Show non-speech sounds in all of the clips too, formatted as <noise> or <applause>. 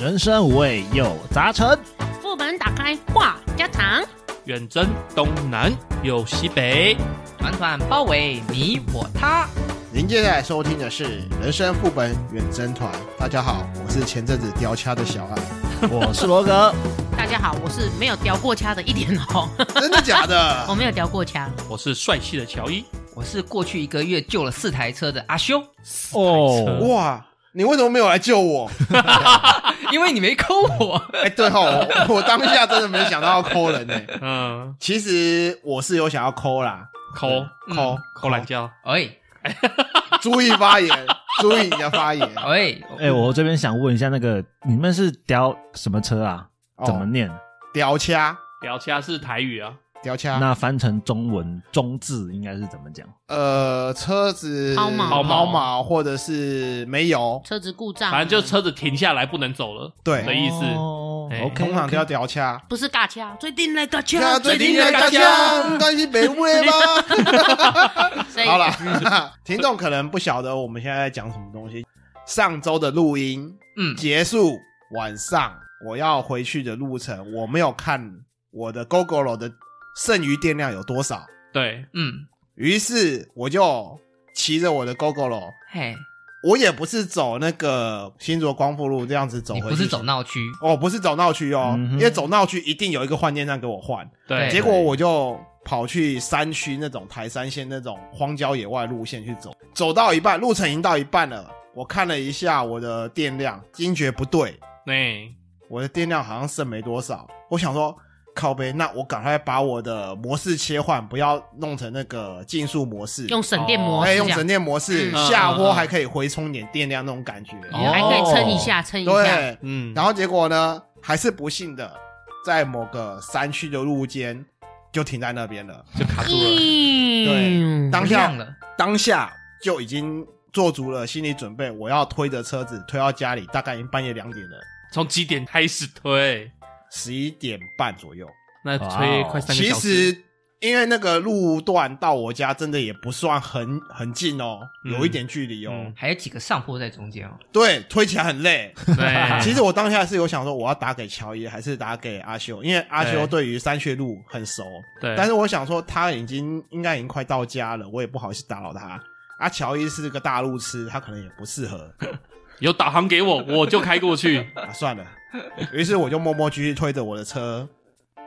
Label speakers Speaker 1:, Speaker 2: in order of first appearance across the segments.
Speaker 1: 人生无味有杂
Speaker 2: <laughs>
Speaker 1: 陈。
Speaker 3: 副本打开话家常，
Speaker 2: 远征东南有西北，
Speaker 4: 团团包围你我他。
Speaker 5: 您接下来收听的是《人生副本远征团》，大家好，我是前阵子雕掐的小爱，
Speaker 1: 我是罗格，
Speaker 3: 大家好，我是没有雕过掐的一点哦， <laughs>
Speaker 5: 真的假
Speaker 3: 我
Speaker 5: 的？
Speaker 3: 没有雕过掐，
Speaker 2: 我是帅气的乔伊。
Speaker 4: 我是过去一个月救了四台车的阿修，
Speaker 1: 哦，
Speaker 5: 哇，你为什么没有来救我？
Speaker 4: 因为你没扣我。
Speaker 5: <laughs> 哎、对吼，我我当下真的没想到要抠人呢、
Speaker 2: 嗯，
Speaker 5: 其实我是有想要抠啦，
Speaker 2: 抠
Speaker 5: 抠
Speaker 2: 抠懒觉，
Speaker 4: 喂
Speaker 5: 注意发言，注意你的发言。
Speaker 4: 喂，
Speaker 1: 哎、我这边想问一下，那个你们是雕什么车啊？
Speaker 5: 哦
Speaker 1: 怎么念？
Speaker 5: 雕掐，
Speaker 2: 聊其他是台语啊。
Speaker 5: 雕掐，
Speaker 1: 那翻成中文中字应该是怎么讲？
Speaker 5: 呃，车子
Speaker 3: 抛锚
Speaker 5: 抛锚或者是没有，
Speaker 3: 车子故障，
Speaker 2: 反正就车子停下来不能走了，
Speaker 5: 对
Speaker 2: 的，意思。
Speaker 1: 哦
Speaker 2: 哎
Speaker 1: ，OK，
Speaker 5: 哎通常叫
Speaker 1: OK
Speaker 5: 雕掐。
Speaker 3: 不是尬掐，最近那个
Speaker 5: 啊
Speaker 3: 掐，
Speaker 5: 最近
Speaker 3: 那
Speaker 5: 的大家，担心北位吗？好
Speaker 3: 了，
Speaker 4: <laughs>
Speaker 5: 了，听众可能不晓得我们现在在讲什么东西。上周的录音
Speaker 4: 嗯，
Speaker 5: 结束，晚上我要回去的路程，我没有看我的 GoGoRo 的剩余电量有多少，
Speaker 2: 对，
Speaker 4: 嗯，
Speaker 5: 于是我就骑着我的 GoGoRo，
Speaker 4: 嘿，
Speaker 5: 我也不是走那个新竹光复路这样子走
Speaker 4: 你
Speaker 5: 回去，
Speaker 4: 不是走闹区，
Speaker 5: 哦，不是走闹区哦，
Speaker 1: 嗯哼
Speaker 5: 因为走闹区一定有一个换电站给我换，
Speaker 2: 对，
Speaker 5: 结果我就跑去山区那种台山县那种荒郊野外路线去走，走到一半，路程已经到一半了，我看了一下我的电量，惊觉不对，
Speaker 2: 那
Speaker 5: 我的电量好像剩没多少。我想说，靠背，那我赶快把我的模式切换，不要弄成那个竞速模式，
Speaker 3: 用省电模
Speaker 5: 哎
Speaker 3: 式
Speaker 5: 用
Speaker 3: 这样
Speaker 5: 省，电模式，
Speaker 3: 嗯
Speaker 5: 下
Speaker 2: 嗯嗯
Speaker 5: 坡
Speaker 2: 嗯
Speaker 5: 还可以回充点电量那种感觉。
Speaker 2: 哦
Speaker 3: 哎还可以撑一下，撑一下，
Speaker 5: 对，
Speaker 2: 嗯，
Speaker 5: 然后结果呢，还是不幸的，在某个山区的路肩就停在那边了。
Speaker 2: 就卡住了。
Speaker 3: 嗯，
Speaker 5: 当
Speaker 4: 这
Speaker 5: 下
Speaker 4: 样了，
Speaker 5: 当下就已经做足了心理准备，我要推着车子推到家里，大概已经半夜两点了，
Speaker 2: 从几点开始推？
Speaker 5: 十一点半左右。
Speaker 2: 那
Speaker 1: 哇哦
Speaker 2: 推快三个
Speaker 5: 其
Speaker 2: 小时。嗯
Speaker 5: 实因为那个路段到我家真的也不算很很近哦，
Speaker 2: 嗯
Speaker 5: 有一点距离哦。
Speaker 2: 嗯
Speaker 4: 还有几个上坡在中间哦。
Speaker 5: 对，推起来很累。
Speaker 2: <laughs> 对，
Speaker 5: 其实我当下是有想说，我要打给乔伊还是打给阿修，因为阿修对于山雀路很熟。
Speaker 2: 对，
Speaker 5: 但是我想说，他已经应该已经快到家了，我也不好意思打扰他。阿乔伊是个大路痴，他可能也不适合。
Speaker 2: 有导航给我，我就开过去。
Speaker 5: 啊，算了。于是我就默默继续推着我的车，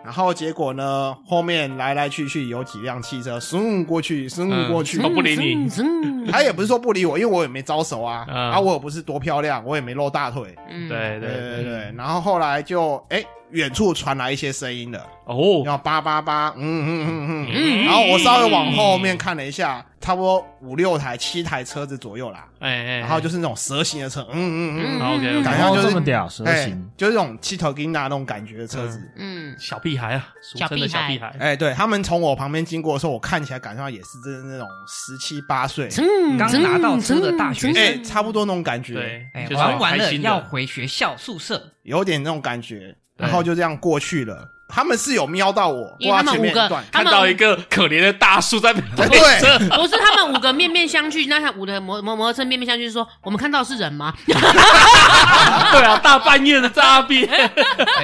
Speaker 5: 然后结果呢，后面来来去去有几辆汽车，嗖过去，嗖过去。
Speaker 2: 嗯都不理你
Speaker 3: 你
Speaker 5: 他也不是说不理我，因为我也没招手啊，
Speaker 2: 嗯
Speaker 5: 啊，我也不是多漂亮，我也没露大腿。
Speaker 3: 嗯，
Speaker 2: 对
Speaker 5: 对对
Speaker 2: 对
Speaker 5: 对。然后后来就哎，远处传来一些声音了，
Speaker 2: 哦，
Speaker 5: 要叭叭叭，嗯嗯嗯嗯嗯。
Speaker 2: 嗯
Speaker 5: 然后我稍微往后面看了一下，差不多五六台、七台车子左右啦。
Speaker 2: 哎哎，
Speaker 5: 然后就是那种蛇形的车，嗯嗯嗯
Speaker 3: 嗯，
Speaker 2: 好，OK，OK
Speaker 5: 感
Speaker 1: 然
Speaker 5: 觉
Speaker 1: 后
Speaker 5: 就是
Speaker 1: 这么屌，蛇
Speaker 5: 哎
Speaker 1: 形，
Speaker 5: 就是这种七头金啊娜那种感觉的车子。
Speaker 3: 嗯，
Speaker 2: 小屁孩啊，俗称的
Speaker 3: 小
Speaker 2: 小
Speaker 3: 屁
Speaker 2: 屁
Speaker 3: 孩
Speaker 2: 孩。
Speaker 5: 哎、对他们从我旁边经过的时候，我看起来感觉到也是真的那种十七八岁，
Speaker 4: 刚
Speaker 3: 嗯
Speaker 4: 拿到车的大学生
Speaker 5: 哎、差不多那种感觉，
Speaker 2: 对，
Speaker 4: 哎，
Speaker 2: 就是
Speaker 4: 玩
Speaker 2: 很
Speaker 4: 完
Speaker 2: 开
Speaker 4: 了
Speaker 2: 心的
Speaker 4: 要回学校宿
Speaker 5: <laughs>
Speaker 4: 舍，
Speaker 5: 有点那种感觉，
Speaker 2: 对
Speaker 5: 然后就这样过去了。他们是有瞄到我，
Speaker 3: 因为他
Speaker 5: 挂
Speaker 3: 们
Speaker 5: 前面
Speaker 3: 五个
Speaker 5: 一段，
Speaker 3: 他
Speaker 2: 看
Speaker 3: 们
Speaker 2: 到一个可怜的大叔在
Speaker 5: 哎
Speaker 2: 推车，
Speaker 5: 对，
Speaker 3: 不是他们五个面面相觑，那他五的摩摩摩托车面面相觑，说我们看到的是人吗？
Speaker 2: 对啊，大半夜的诈骗，
Speaker 4: 哎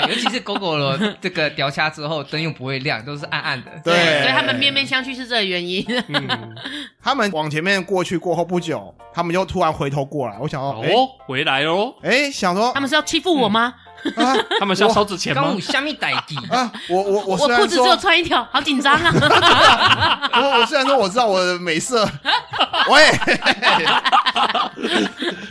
Speaker 4: 尤其是狗狗罗这个掉下之后，灯又不会亮，都是暗暗的。
Speaker 5: 对
Speaker 3: 所以他们面面相觑是这个原因。
Speaker 2: 嗯，
Speaker 5: 他们往前面过去过后不久，他们就突然回头过来，我想说，哎、
Speaker 2: 哦，回来哦，
Speaker 5: 哎、想说
Speaker 3: 他们是要欺负我吗？
Speaker 5: 啊
Speaker 2: 他们是要烧纸钱
Speaker 4: 刚
Speaker 2: 吗
Speaker 4: 有？虾米代志？
Speaker 5: 啊，我我我
Speaker 3: 我
Speaker 5: 虽
Speaker 3: 裤
Speaker 5: 然
Speaker 3: 子
Speaker 5: 说
Speaker 3: 只有穿一条，好紧张啊！
Speaker 5: 我我虽然说我知道我的美色，
Speaker 3: <laughs>
Speaker 5: 喂， <laughs>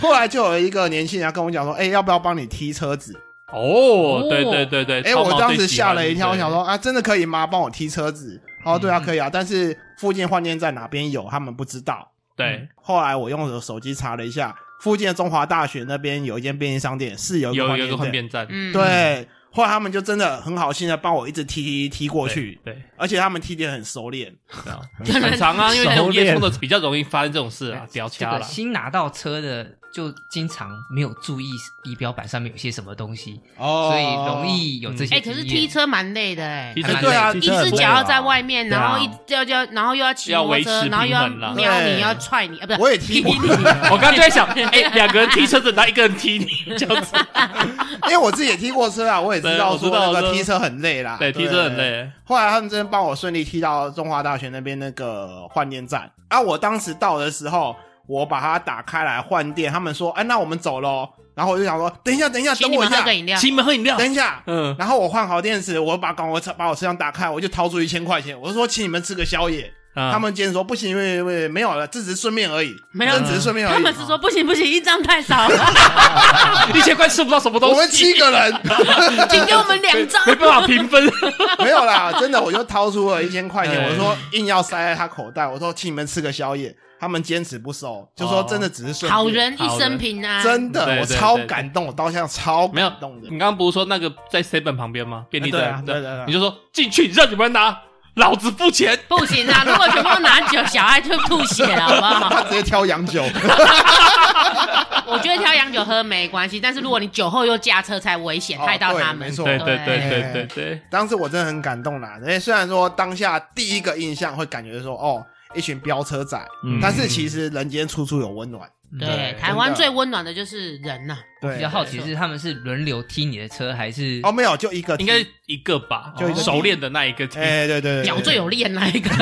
Speaker 5: 后来就有一个年轻人跟我讲说，哎、要不要帮你踢车子？
Speaker 2: 哦，对对对对，
Speaker 5: 哎、
Speaker 2: 超
Speaker 5: 我
Speaker 2: 毛
Speaker 5: 当
Speaker 2: 最
Speaker 5: 时
Speaker 2: 喜
Speaker 5: 吓
Speaker 2: 欢
Speaker 5: 了一跳，我
Speaker 2: 对
Speaker 5: 想说啊，真的可以吗？帮我踢车子？哦，对啊，
Speaker 4: 嗯
Speaker 5: 可以啊，但是附近换电站哪边有，他们不知道。
Speaker 2: 对，
Speaker 5: 后来我用我的手机查了一嗯下，附近的中华大学那边有一间便利商店是有一个
Speaker 2: 有
Speaker 5: 换
Speaker 2: 有一
Speaker 5: 电
Speaker 2: 个换
Speaker 5: 站，
Speaker 2: 电站，
Speaker 3: 嗯，
Speaker 5: 对。后来他们就真的很好心的帮我一直踢踢踢过去，嗯
Speaker 2: 对，
Speaker 5: 而且他们踢得很熟练。
Speaker 2: 对啊
Speaker 3: 可能
Speaker 2: <laughs> 很常啊，因为那种夜
Speaker 1: 熟练
Speaker 2: 冲的比较容易发生这种事啊，掉
Speaker 4: 这
Speaker 2: 掐
Speaker 4: 个
Speaker 2: 了。
Speaker 4: 新拿到车的就经常没有注意仪表板上面有些什么东西，
Speaker 5: 哦
Speaker 4: 所以容易有这些
Speaker 3: 哎，
Speaker 4: 经
Speaker 3: 可
Speaker 4: 验。
Speaker 3: 是踢车蛮累的哎
Speaker 2: 其，实
Speaker 4: 还蛮
Speaker 2: 对啊，
Speaker 3: 一
Speaker 1: 累的
Speaker 3: 只脚要在外面，
Speaker 2: 对啊
Speaker 3: 然后一要要，然后又要骑
Speaker 2: 要
Speaker 3: 摩托
Speaker 2: 维
Speaker 3: 车，
Speaker 2: 持
Speaker 3: 然后又要
Speaker 2: 平衡啦
Speaker 3: 瞄
Speaker 5: 对
Speaker 3: 你，要踹你，啊，不是，
Speaker 5: 我也踢过，
Speaker 2: <laughs> 我刚刚就在
Speaker 5: <laughs>
Speaker 2: 想，哎，两个人踢车子，然后一个人踢你，这样子，
Speaker 5: 因为我自己也踢过车啊，我也知道说
Speaker 2: 对我知道
Speaker 5: 那个踢车很累啦，
Speaker 2: 对，踢车很。累。
Speaker 5: 后来他们真的帮我顺利踢到中华大学那边那个换电站啊！我当时到的时候，我把它打开来换电，他们说：“哎、那我们走喽。”然后我就想说：“等一下，等一下，
Speaker 3: 请
Speaker 5: 等
Speaker 3: 你
Speaker 5: 我一
Speaker 3: 们喝
Speaker 5: 下
Speaker 3: 个，饮料。
Speaker 2: 亲们喝饮料
Speaker 5: 等一下。”
Speaker 2: 嗯，
Speaker 5: 然后我换好电池，我把赶我车把我车厢打开，我就掏出一千块钱，我就说请你们吃个宵夜。
Speaker 2: 他
Speaker 5: 他们今天说不行，因为因为没有了，这只是顺便而已，
Speaker 3: 没有
Speaker 5: 这只是顺便而已。
Speaker 3: 他们是说不行不行，一张太少了，
Speaker 2: 啊一千块吃不到什么东
Speaker 5: 我
Speaker 2: 西，
Speaker 5: 们七个 <laughs> 人
Speaker 3: 请给我们两张。
Speaker 2: 没办法平分。
Speaker 5: <laughs> 没有啦，真的，我就掏出了一千块钱，
Speaker 2: 对
Speaker 5: 我说硬要塞在他口袋，我说请你们吃个宵夜，他们坚持不收，就说
Speaker 2: 哦
Speaker 5: 真的只是顺便
Speaker 3: 好，人一生平安，
Speaker 5: 真
Speaker 2: 对
Speaker 5: 的，我
Speaker 2: 对
Speaker 5: 超
Speaker 2: 对
Speaker 5: 感动，我到现在超
Speaker 2: 没有
Speaker 5: 感动的
Speaker 2: 你。刚刚不是说那个在 seven 旁边吗？便利
Speaker 5: 对啊
Speaker 2: 店，
Speaker 5: 对对对
Speaker 2: 你就说进去让你们拿，老子付钱。
Speaker 3: 不行啊！如果全部都拿酒，小孩就吐血了，好不好？
Speaker 5: 他直接挑洋酒，
Speaker 3: 我觉得挑洋酒喝没关系，但是如果你酒后又驾车才危险，害到
Speaker 5: 哦对
Speaker 3: 他们
Speaker 5: 没。错，
Speaker 2: 对
Speaker 3: 对
Speaker 2: 对对
Speaker 5: 对
Speaker 2: 对
Speaker 5: 对
Speaker 2: 对对，
Speaker 5: 当时我真的很感动啦，因为虽然说当下第一个印象会感觉说哦，一群飙车仔，
Speaker 1: 嗯
Speaker 5: 但是其实人间处处有温暖。
Speaker 3: 对
Speaker 2: 对，
Speaker 3: 台湾最温暖的就是人呐、
Speaker 5: 对，
Speaker 4: 比较好奇是他们是轮流踢你的车，还是
Speaker 5: 哦，没有，就一个
Speaker 2: 应该是一个吧，
Speaker 5: 就一个
Speaker 2: 熟练的那一个踢。
Speaker 5: 哎，对对对，对
Speaker 3: 脚最有力的那一个。
Speaker 5: <laughs>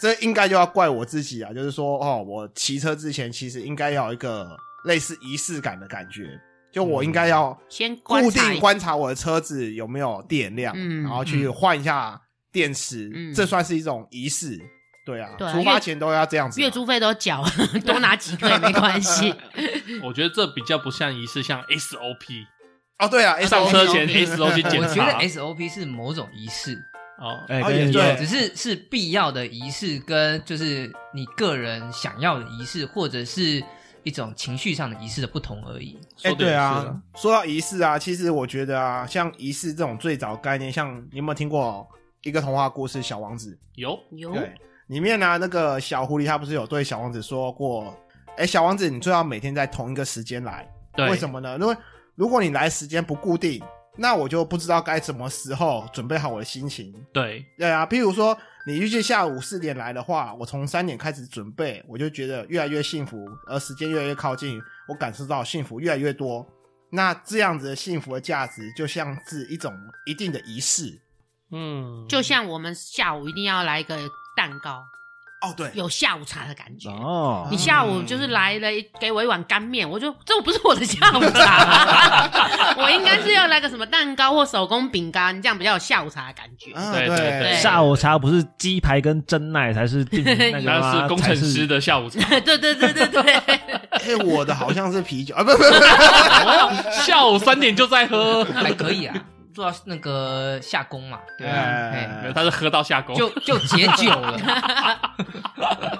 Speaker 5: 这应该就要怪我自己啊，就是说哦，我骑车之前其实应该要有一个类似仪式感的感觉，就我应该要
Speaker 3: 先观
Speaker 5: 固
Speaker 3: 察
Speaker 5: 定
Speaker 3: 一
Speaker 5: 观察我的车子有没有电量，
Speaker 3: 嗯
Speaker 5: 然后去换一下电池，
Speaker 3: 嗯
Speaker 5: 这算是一种仪式。对啊，
Speaker 3: 对啊
Speaker 5: 出发前都要这样子啊嘛。
Speaker 3: 月租费都缴， <laughs> 多拿几个也没关系。
Speaker 2: 我觉得这比较不像仪式，像 SOP
Speaker 5: 哦，对啊，
Speaker 2: 上
Speaker 5: SOP
Speaker 2: 车前 SOP 检
Speaker 4: 我觉得
Speaker 2: 查
Speaker 4: SOP 是某种仪式，
Speaker 2: 哦。
Speaker 1: 哎，
Speaker 5: 哦
Speaker 1: 跟
Speaker 5: 也
Speaker 1: 你
Speaker 5: 对
Speaker 1: 说
Speaker 4: 只是是必要的仪式，跟就是你个人想要的仪式，或者是一种情绪上的仪式的不同而
Speaker 5: <laughs>
Speaker 4: 已。
Speaker 5: 哎、
Speaker 2: 说得也
Speaker 5: 对
Speaker 2: 是
Speaker 5: 啊，说到仪式啊，其实我觉得啊，像仪式这种最早概念，像你有没有听过一个童话故事《小王子
Speaker 2: 有，
Speaker 3: 有》？
Speaker 5: 对，里面呢、那个小狐狸他不是有对小王子说过，哎、小王子，你最好每天在同一个时间来。
Speaker 2: 对，
Speaker 5: 为什么呢？因为如果你来时间不固定，那我就不知道该什么时候准备好我的心情。
Speaker 2: 对，
Speaker 5: 对啊，譬如说你预计下午四点来的话，我从三点开始准备，我就觉得越来越幸福，而时间越来越靠近，我感受到幸福越来越多。那这样子的幸福的价值，就像是一种一定的仪式。
Speaker 2: 嗯，
Speaker 3: 就像我们下午一定要来一个蛋糕，
Speaker 5: 哦，对，
Speaker 3: 有下午茶的感觉。
Speaker 1: 哦
Speaker 2: 哎
Speaker 3: 你，下午就是来了一，给我一碗干面，我就这不是我的下午
Speaker 5: <laughs>
Speaker 3: 茶，我应该是要来个什么蛋糕或手工饼干，这样比较有下午茶的感觉。
Speaker 5: 啊，
Speaker 2: 对对对
Speaker 1: 下午茶不是鸡排跟蒸奶啊才是定那个吗
Speaker 2: <laughs> 那是工程师
Speaker 1: 的
Speaker 2: 的下午茶，
Speaker 3: <laughs>
Speaker 2: 嗯
Speaker 3: 对对对对对，
Speaker 5: 哎，我的好像是啤
Speaker 2: <laughs>
Speaker 5: 酒啊，不不不，
Speaker 2: 哦下午三点就在喝，
Speaker 4: 还可以啊，做到那个下工嘛，对啊，
Speaker 5: 哎
Speaker 4: 哎
Speaker 2: 没有他是喝到下工，
Speaker 4: 就就解酒
Speaker 5: <laughs>
Speaker 4: 了。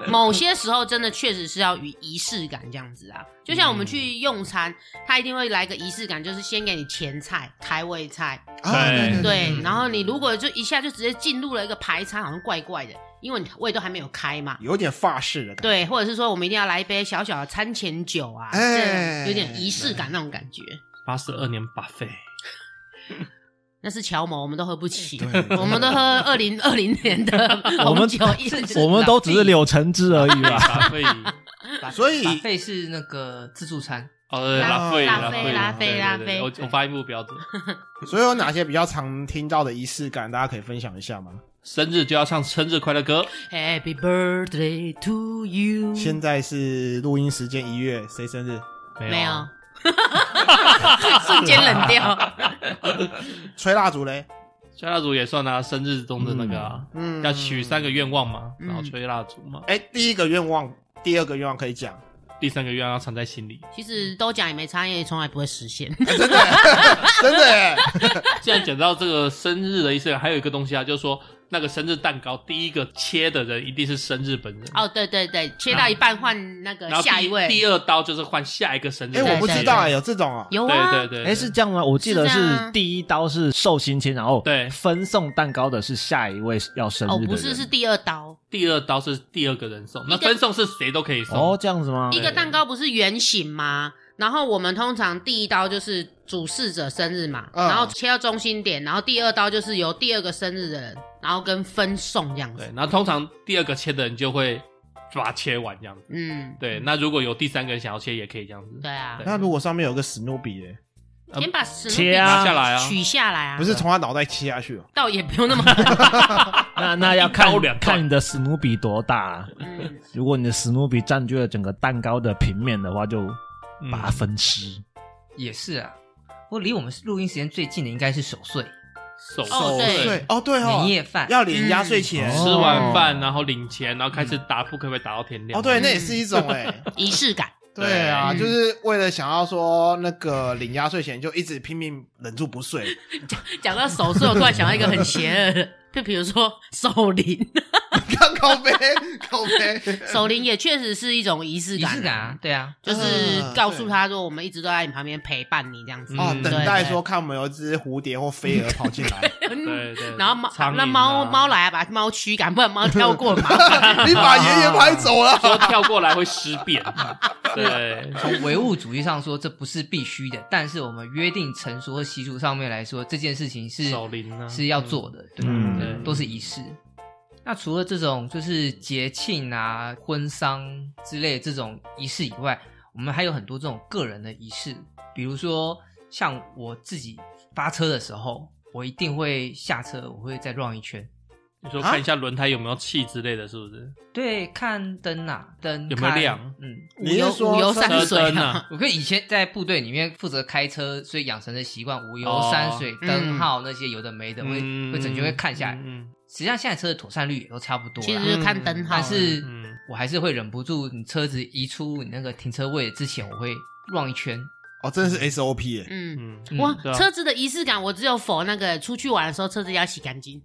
Speaker 3: 某些时候真的确实是要与仪式感这样子啊，就像我们去用餐，他一定会来个仪式感，就是先给你前菜、开胃菜，
Speaker 5: 啊，对
Speaker 3: 对，
Speaker 4: 嗯
Speaker 3: 然后你如果就一下就直接进入了一个排餐，好像怪怪的，因为你胃都还没有开嘛。
Speaker 5: 有点法式的感觉。
Speaker 3: 对，或者是说我们一定要来一杯小小的餐前酒啊，
Speaker 5: 哎
Speaker 3: 这有点仪式感那种感觉。
Speaker 2: 八十二年把费，
Speaker 3: 那是乔某，我们都喝不起， <laughs>
Speaker 5: 对
Speaker 3: 我们都喝二零二零年的红酒，一直
Speaker 1: 我们都只是柳橙汁而已啦。
Speaker 2: 把费，
Speaker 5: 所以
Speaker 4: 把费是那个自助餐，
Speaker 2: <laughs> 哦，对
Speaker 3: 拉
Speaker 2: 拉菲，
Speaker 5: 拉
Speaker 2: 拉
Speaker 5: 菲
Speaker 2: 菲，
Speaker 5: 拉
Speaker 3: 菲
Speaker 2: 对对
Speaker 3: 拉
Speaker 2: 对
Speaker 3: 菲
Speaker 2: 我我发音不标准，
Speaker 5: 所以有哪些比较常听到的仪式感，大家可以分享一下吗？
Speaker 2: 生日就要唱生日快乐歌，
Speaker 3: Happy birthday to you。
Speaker 5: 现在是录音时间一月，谁生日？
Speaker 3: 没有，瞬间冷掉。
Speaker 5: 吹蜡烛嘞？
Speaker 2: 吹蜡烛也算啊，生日中的那个啊，
Speaker 5: 嗯
Speaker 2: 要许三个愿望嘛，
Speaker 3: 嗯
Speaker 2: 然后吹蜡烛嘛，
Speaker 5: 哎，第一个愿望，第二个愿望可
Speaker 2: <laughs>
Speaker 5: 以讲，
Speaker 2: 第三个愿望要藏在心里。
Speaker 3: 其实都讲也没差，因为从来不会实现。 <laughs>
Speaker 5: 真的耶，
Speaker 2: 既然讲到这个生日的仪式感，还有一个东西啊，就是说那个生日蛋糕，第一个切的人一定是生日本人，
Speaker 3: 哦，对对对，切到一半换那个
Speaker 2: 嗯然后
Speaker 3: 下一
Speaker 2: 第
Speaker 3: 位，
Speaker 2: 第二刀就是换下一个生日
Speaker 5: 哎，
Speaker 2: 人。
Speaker 5: 我不
Speaker 3: 对
Speaker 5: 知
Speaker 3: 对
Speaker 5: 道哎有这种哦，
Speaker 3: 有
Speaker 2: 对
Speaker 3: 啊，
Speaker 2: 对对对，
Speaker 1: 哎，是这样吗？我记得
Speaker 3: 是这样啊
Speaker 1: 是第一刀是寿星签，然后
Speaker 2: 对
Speaker 1: 分送蛋糕的是下一位要生
Speaker 3: 哦，
Speaker 1: 日的人。
Speaker 3: 不是，是第二刀，
Speaker 2: 第二刀是第二个人送，那
Speaker 3: 一个
Speaker 2: 分送是谁都可以送。
Speaker 1: 哦，这样子吗？
Speaker 3: 一个蛋糕不是圆形吗？然后我们通常第一刀就是主事者生日嘛，
Speaker 5: 嗯
Speaker 3: 然后切到中心点，然后第二刀就是由第二个生日的人，然后跟分送这样
Speaker 2: 对
Speaker 3: 子，，
Speaker 2: 然后通常第二个切的人就会把它切完这样子。
Speaker 3: 嗯，
Speaker 2: 对，那如果有第三个人想要切，也可以这样子。
Speaker 3: 对啊，
Speaker 2: 对
Speaker 5: 那如果上面有个史努比哎，
Speaker 2: 呃
Speaker 3: 先把史努比
Speaker 1: 切啊
Speaker 2: 拿下来啊
Speaker 3: 取下来啊，
Speaker 5: 不是从他脑袋切下去哦，
Speaker 3: 倒也不用那么，
Speaker 1: 那那要看
Speaker 2: 一刀两断
Speaker 1: 看你的史努比多大。
Speaker 3: 嗯，
Speaker 1: 如果你的史努比占据了整个蛋糕的平面的话，就
Speaker 2: 嗯
Speaker 1: 把它分尸。
Speaker 4: 也是啊。不过离我们录音时间最近的应该是守岁、
Speaker 2: 手
Speaker 3: 哦对
Speaker 5: 对哦对哦
Speaker 4: 年，夜饭，
Speaker 5: 要领压岁钱
Speaker 1: 嗯
Speaker 2: 吃完饭然后领钱，然后开始打扑克牌打到天亮。
Speaker 5: 哦，对，那也是一种哎。
Speaker 3: 仪式感，
Speaker 5: 对啊，
Speaker 4: 对
Speaker 5: 就是为了想要说那个领压岁钱，就一直拼命忍住不睡。
Speaker 3: 讲到手术，我突然想到一个很邪恶的，就比如说手铃，
Speaker 5: 刚靠背，靠背，
Speaker 3: 手铃也确实是一种仪式
Speaker 4: 仪
Speaker 3: 感、
Speaker 4: 式感啊，对啊，
Speaker 3: 就是
Speaker 5: 嗯
Speaker 3: 告诉他说我们一直都在你旁边陪伴你这样子。
Speaker 5: 哦，
Speaker 2: 嗯
Speaker 5: 等
Speaker 3: 对
Speaker 5: 待
Speaker 3: 对
Speaker 5: 说看我们有一只蝴蝶或飞蛾跑进
Speaker 3: <laughs>
Speaker 5: 来，
Speaker 2: 对对。
Speaker 3: 然后猫
Speaker 2: 苍蝇啊
Speaker 3: 那猫猫来啊，把猫驱赶，不然猫啊跳过很麻烦。
Speaker 5: 你把爷爷拍走了。
Speaker 2: 说跳过 <laughs> 来会尸变。
Speaker 4: <laughs>
Speaker 2: 对，
Speaker 4: 从唯物主义上说，这不是必须的，但是我们约定成熟和习俗上面来说，这件事情是
Speaker 2: 守灵啊
Speaker 4: 是要做的，对，
Speaker 1: 嗯
Speaker 4: 对
Speaker 2: 对
Speaker 4: 都是仪式。那除了这种就是节庆啊、婚丧之类这种仪式以外，我们还有很多这种个人的仪式，比如说像我自己发车的时候，我一定会下车，我会再绕一圈，
Speaker 2: 你说看一下轮胎有没有气之类的，是不是？
Speaker 4: 对，看灯啊，灯
Speaker 2: 有没有
Speaker 4: 看
Speaker 2: 亮？
Speaker 4: 嗯，
Speaker 3: 五
Speaker 5: <laughs> 你
Speaker 3: 游
Speaker 5: 是说
Speaker 3: 五游山
Speaker 2: 车
Speaker 3: 水
Speaker 2: 灯
Speaker 3: 啊，
Speaker 2: 啊，
Speaker 4: 我跟以前在部队里面负责开车，所以养成的习惯，五油、
Speaker 2: 哦
Speaker 4: 山水、灯
Speaker 3: 嗯
Speaker 4: 号那些有的没的，啊 <laughs> 会
Speaker 2: 嗯
Speaker 4: 会整天会看下来。
Speaker 2: 嗯
Speaker 4: 实际上现在车的妥善率也都差不
Speaker 3: <laughs>
Speaker 4: 多
Speaker 3: 其实
Speaker 4: 啦，
Speaker 3: 就是看灯号。啊
Speaker 4: 但是
Speaker 2: 嗯嗯
Speaker 4: 我还是会忍不住，你车子移出你那个停车位之前，我会绕一圈。
Speaker 5: 哦，真的是 SOP 哎、
Speaker 3: 嗯，
Speaker 2: 嗯，
Speaker 4: 嗯
Speaker 3: 哇
Speaker 2: 对，啊
Speaker 3: 车子的仪式感，我只有否那个出去玩的时候，车子要洗干净。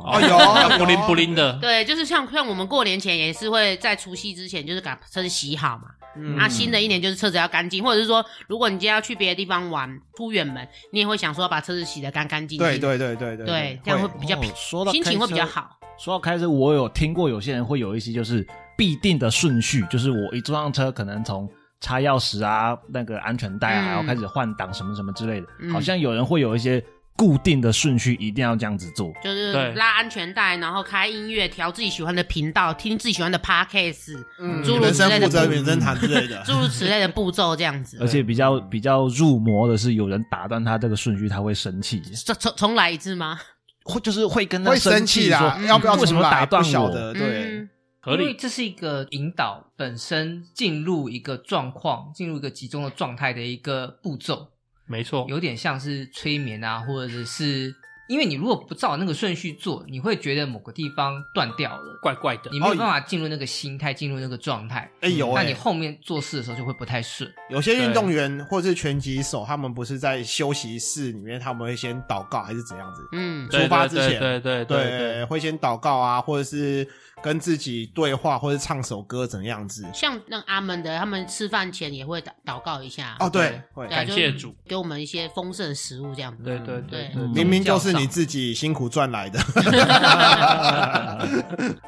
Speaker 5: 哦有
Speaker 2: 要
Speaker 5: 有
Speaker 2: 布灵布灵的，
Speaker 3: 对，就是像像我们过年前也是会在除夕之前，就是把车子洗好嘛。
Speaker 5: 嗯
Speaker 3: 啊，新的一年就是车子要干净，或者是说，如果你今天要去别的地方玩，出远门，你也会想说把车子洗得干干净净。
Speaker 5: 对对对对对
Speaker 3: 对，这样会
Speaker 5: 会
Speaker 3: 比较平
Speaker 1: 哦说到
Speaker 3: 心情
Speaker 1: 开
Speaker 3: 会比较
Speaker 1: 车
Speaker 3: 好。
Speaker 1: 说到开车，我有听过有些人会有一些就是必定的顺序，就是我一坐上车，可能从插钥匙啊、那个安全带啊，
Speaker 3: 嗯
Speaker 1: 然后开始换挡什么什么之类的，
Speaker 3: 嗯
Speaker 1: 好像有人会有一些固定的顺序，一定要这样子做。
Speaker 3: 就是
Speaker 2: 对
Speaker 3: 拉安全带，然后开音乐，调自己喜欢的频道，听自己喜欢的 podcast，
Speaker 5: 嗯
Speaker 3: 诸如
Speaker 5: 人
Speaker 3: 此类
Speaker 5: 生负责
Speaker 3: 的嗯
Speaker 5: 人生谈之类的。
Speaker 3: 诸如此类的步骤这样
Speaker 1: <laughs>
Speaker 3: 子
Speaker 1: 而。且比较比较入魔的是，有人打断他这个顺序，他会生气，
Speaker 3: 重重重来一次吗？
Speaker 1: 会就是会跟他
Speaker 5: 会生
Speaker 1: 气
Speaker 5: 气啦，
Speaker 1: 说
Speaker 5: 要不要
Speaker 1: 为什么
Speaker 5: 重来
Speaker 1: 打断
Speaker 5: 不晓
Speaker 1: 我？
Speaker 5: 得，呃对，
Speaker 3: 嗯，
Speaker 2: 合
Speaker 4: 因为
Speaker 2: 理。
Speaker 4: 这是一个引导本身进入一个状况、进入一个集中的状态的一个步骤，
Speaker 2: 没错，
Speaker 4: 有点像是催眠啊，或者是因为你如果不照那个顺序做，你会觉得某个地方断掉了，
Speaker 2: 怪怪的
Speaker 4: 你。没有办法进入那个心态，进入那个状态。
Speaker 5: 哎有
Speaker 4: 那
Speaker 5: 哎
Speaker 4: 你，后面做事的时候就会不太顺。
Speaker 5: 有些运动员或是拳击手，他们不是在休息室里面，他们会先祷告还是怎样子？
Speaker 3: 嗯，
Speaker 2: 对
Speaker 5: 出发之
Speaker 2: 对
Speaker 5: 前
Speaker 2: 对对对对
Speaker 5: 对， <laughs> 会先祷告啊，或者是跟自己对话，或者唱首歌怎样子？
Speaker 3: 像那阿门的，他们吃饭前也会祷祷告一下，啊
Speaker 5: 哦，对，会
Speaker 3: 对，
Speaker 2: 感
Speaker 3: 就
Speaker 2: 谢主，
Speaker 3: 给我们一些丰盛的食物这样子。
Speaker 2: 对对
Speaker 4: 嗯
Speaker 2: 对对，
Speaker 5: 明明就是
Speaker 2: 宗教
Speaker 5: 你
Speaker 2: 上
Speaker 5: 自己辛苦赚来的。
Speaker 2: <laughs>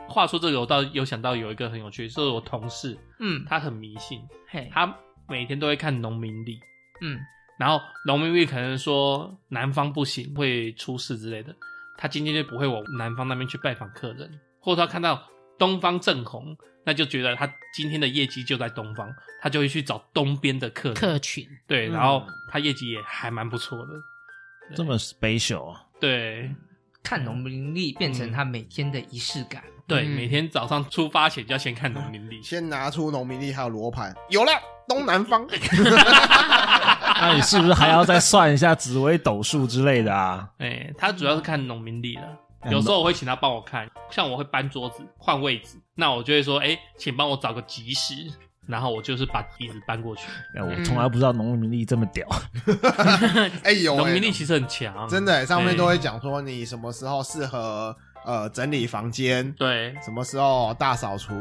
Speaker 2: 话说这个，我倒有想到有一个很有趣，就是我同事，
Speaker 4: 嗯，
Speaker 2: 他很迷信，
Speaker 4: 嘿，
Speaker 2: 他每天都会看农民历，
Speaker 4: 嗯，
Speaker 2: 然后农民历可能说南方不行，会出事之类的，他今天就不会往南方那边去拜访客人，或者他看到东方正红，那就觉得他今天的业绩就在东方，他就会去找东边的客人，
Speaker 3: 客群，
Speaker 2: 对，
Speaker 5: 嗯
Speaker 2: 然后他业绩也还蛮不错的，
Speaker 1: 这么 special 啊
Speaker 2: 对
Speaker 4: 看农民历变成他每天的仪式感。
Speaker 2: 对，
Speaker 3: 嗯
Speaker 2: 每天早上出发前就要先看农民历，
Speaker 5: 先拿出农民历还有罗盘，有了东南方。
Speaker 1: 那你是不是还要再算一下紫微斗数之类的啊？
Speaker 2: 哎、他主要是看农民历了。有时候我会请他帮我看，像我会搬桌子、换位置，那我就会说：“哎、请帮我找个吉时。”然后我就是把椅子搬过去。
Speaker 1: 哎
Speaker 5: 嗯
Speaker 1: 我从来不知道农民历这么屌，
Speaker 5: 哎，有
Speaker 2: 农
Speaker 5: <laughs> 哎
Speaker 2: 民，历其实很强，
Speaker 5: 真的哎，上面都会讲说你什么时候适合呃整理房间，
Speaker 2: 对，
Speaker 5: 什么时候大扫除，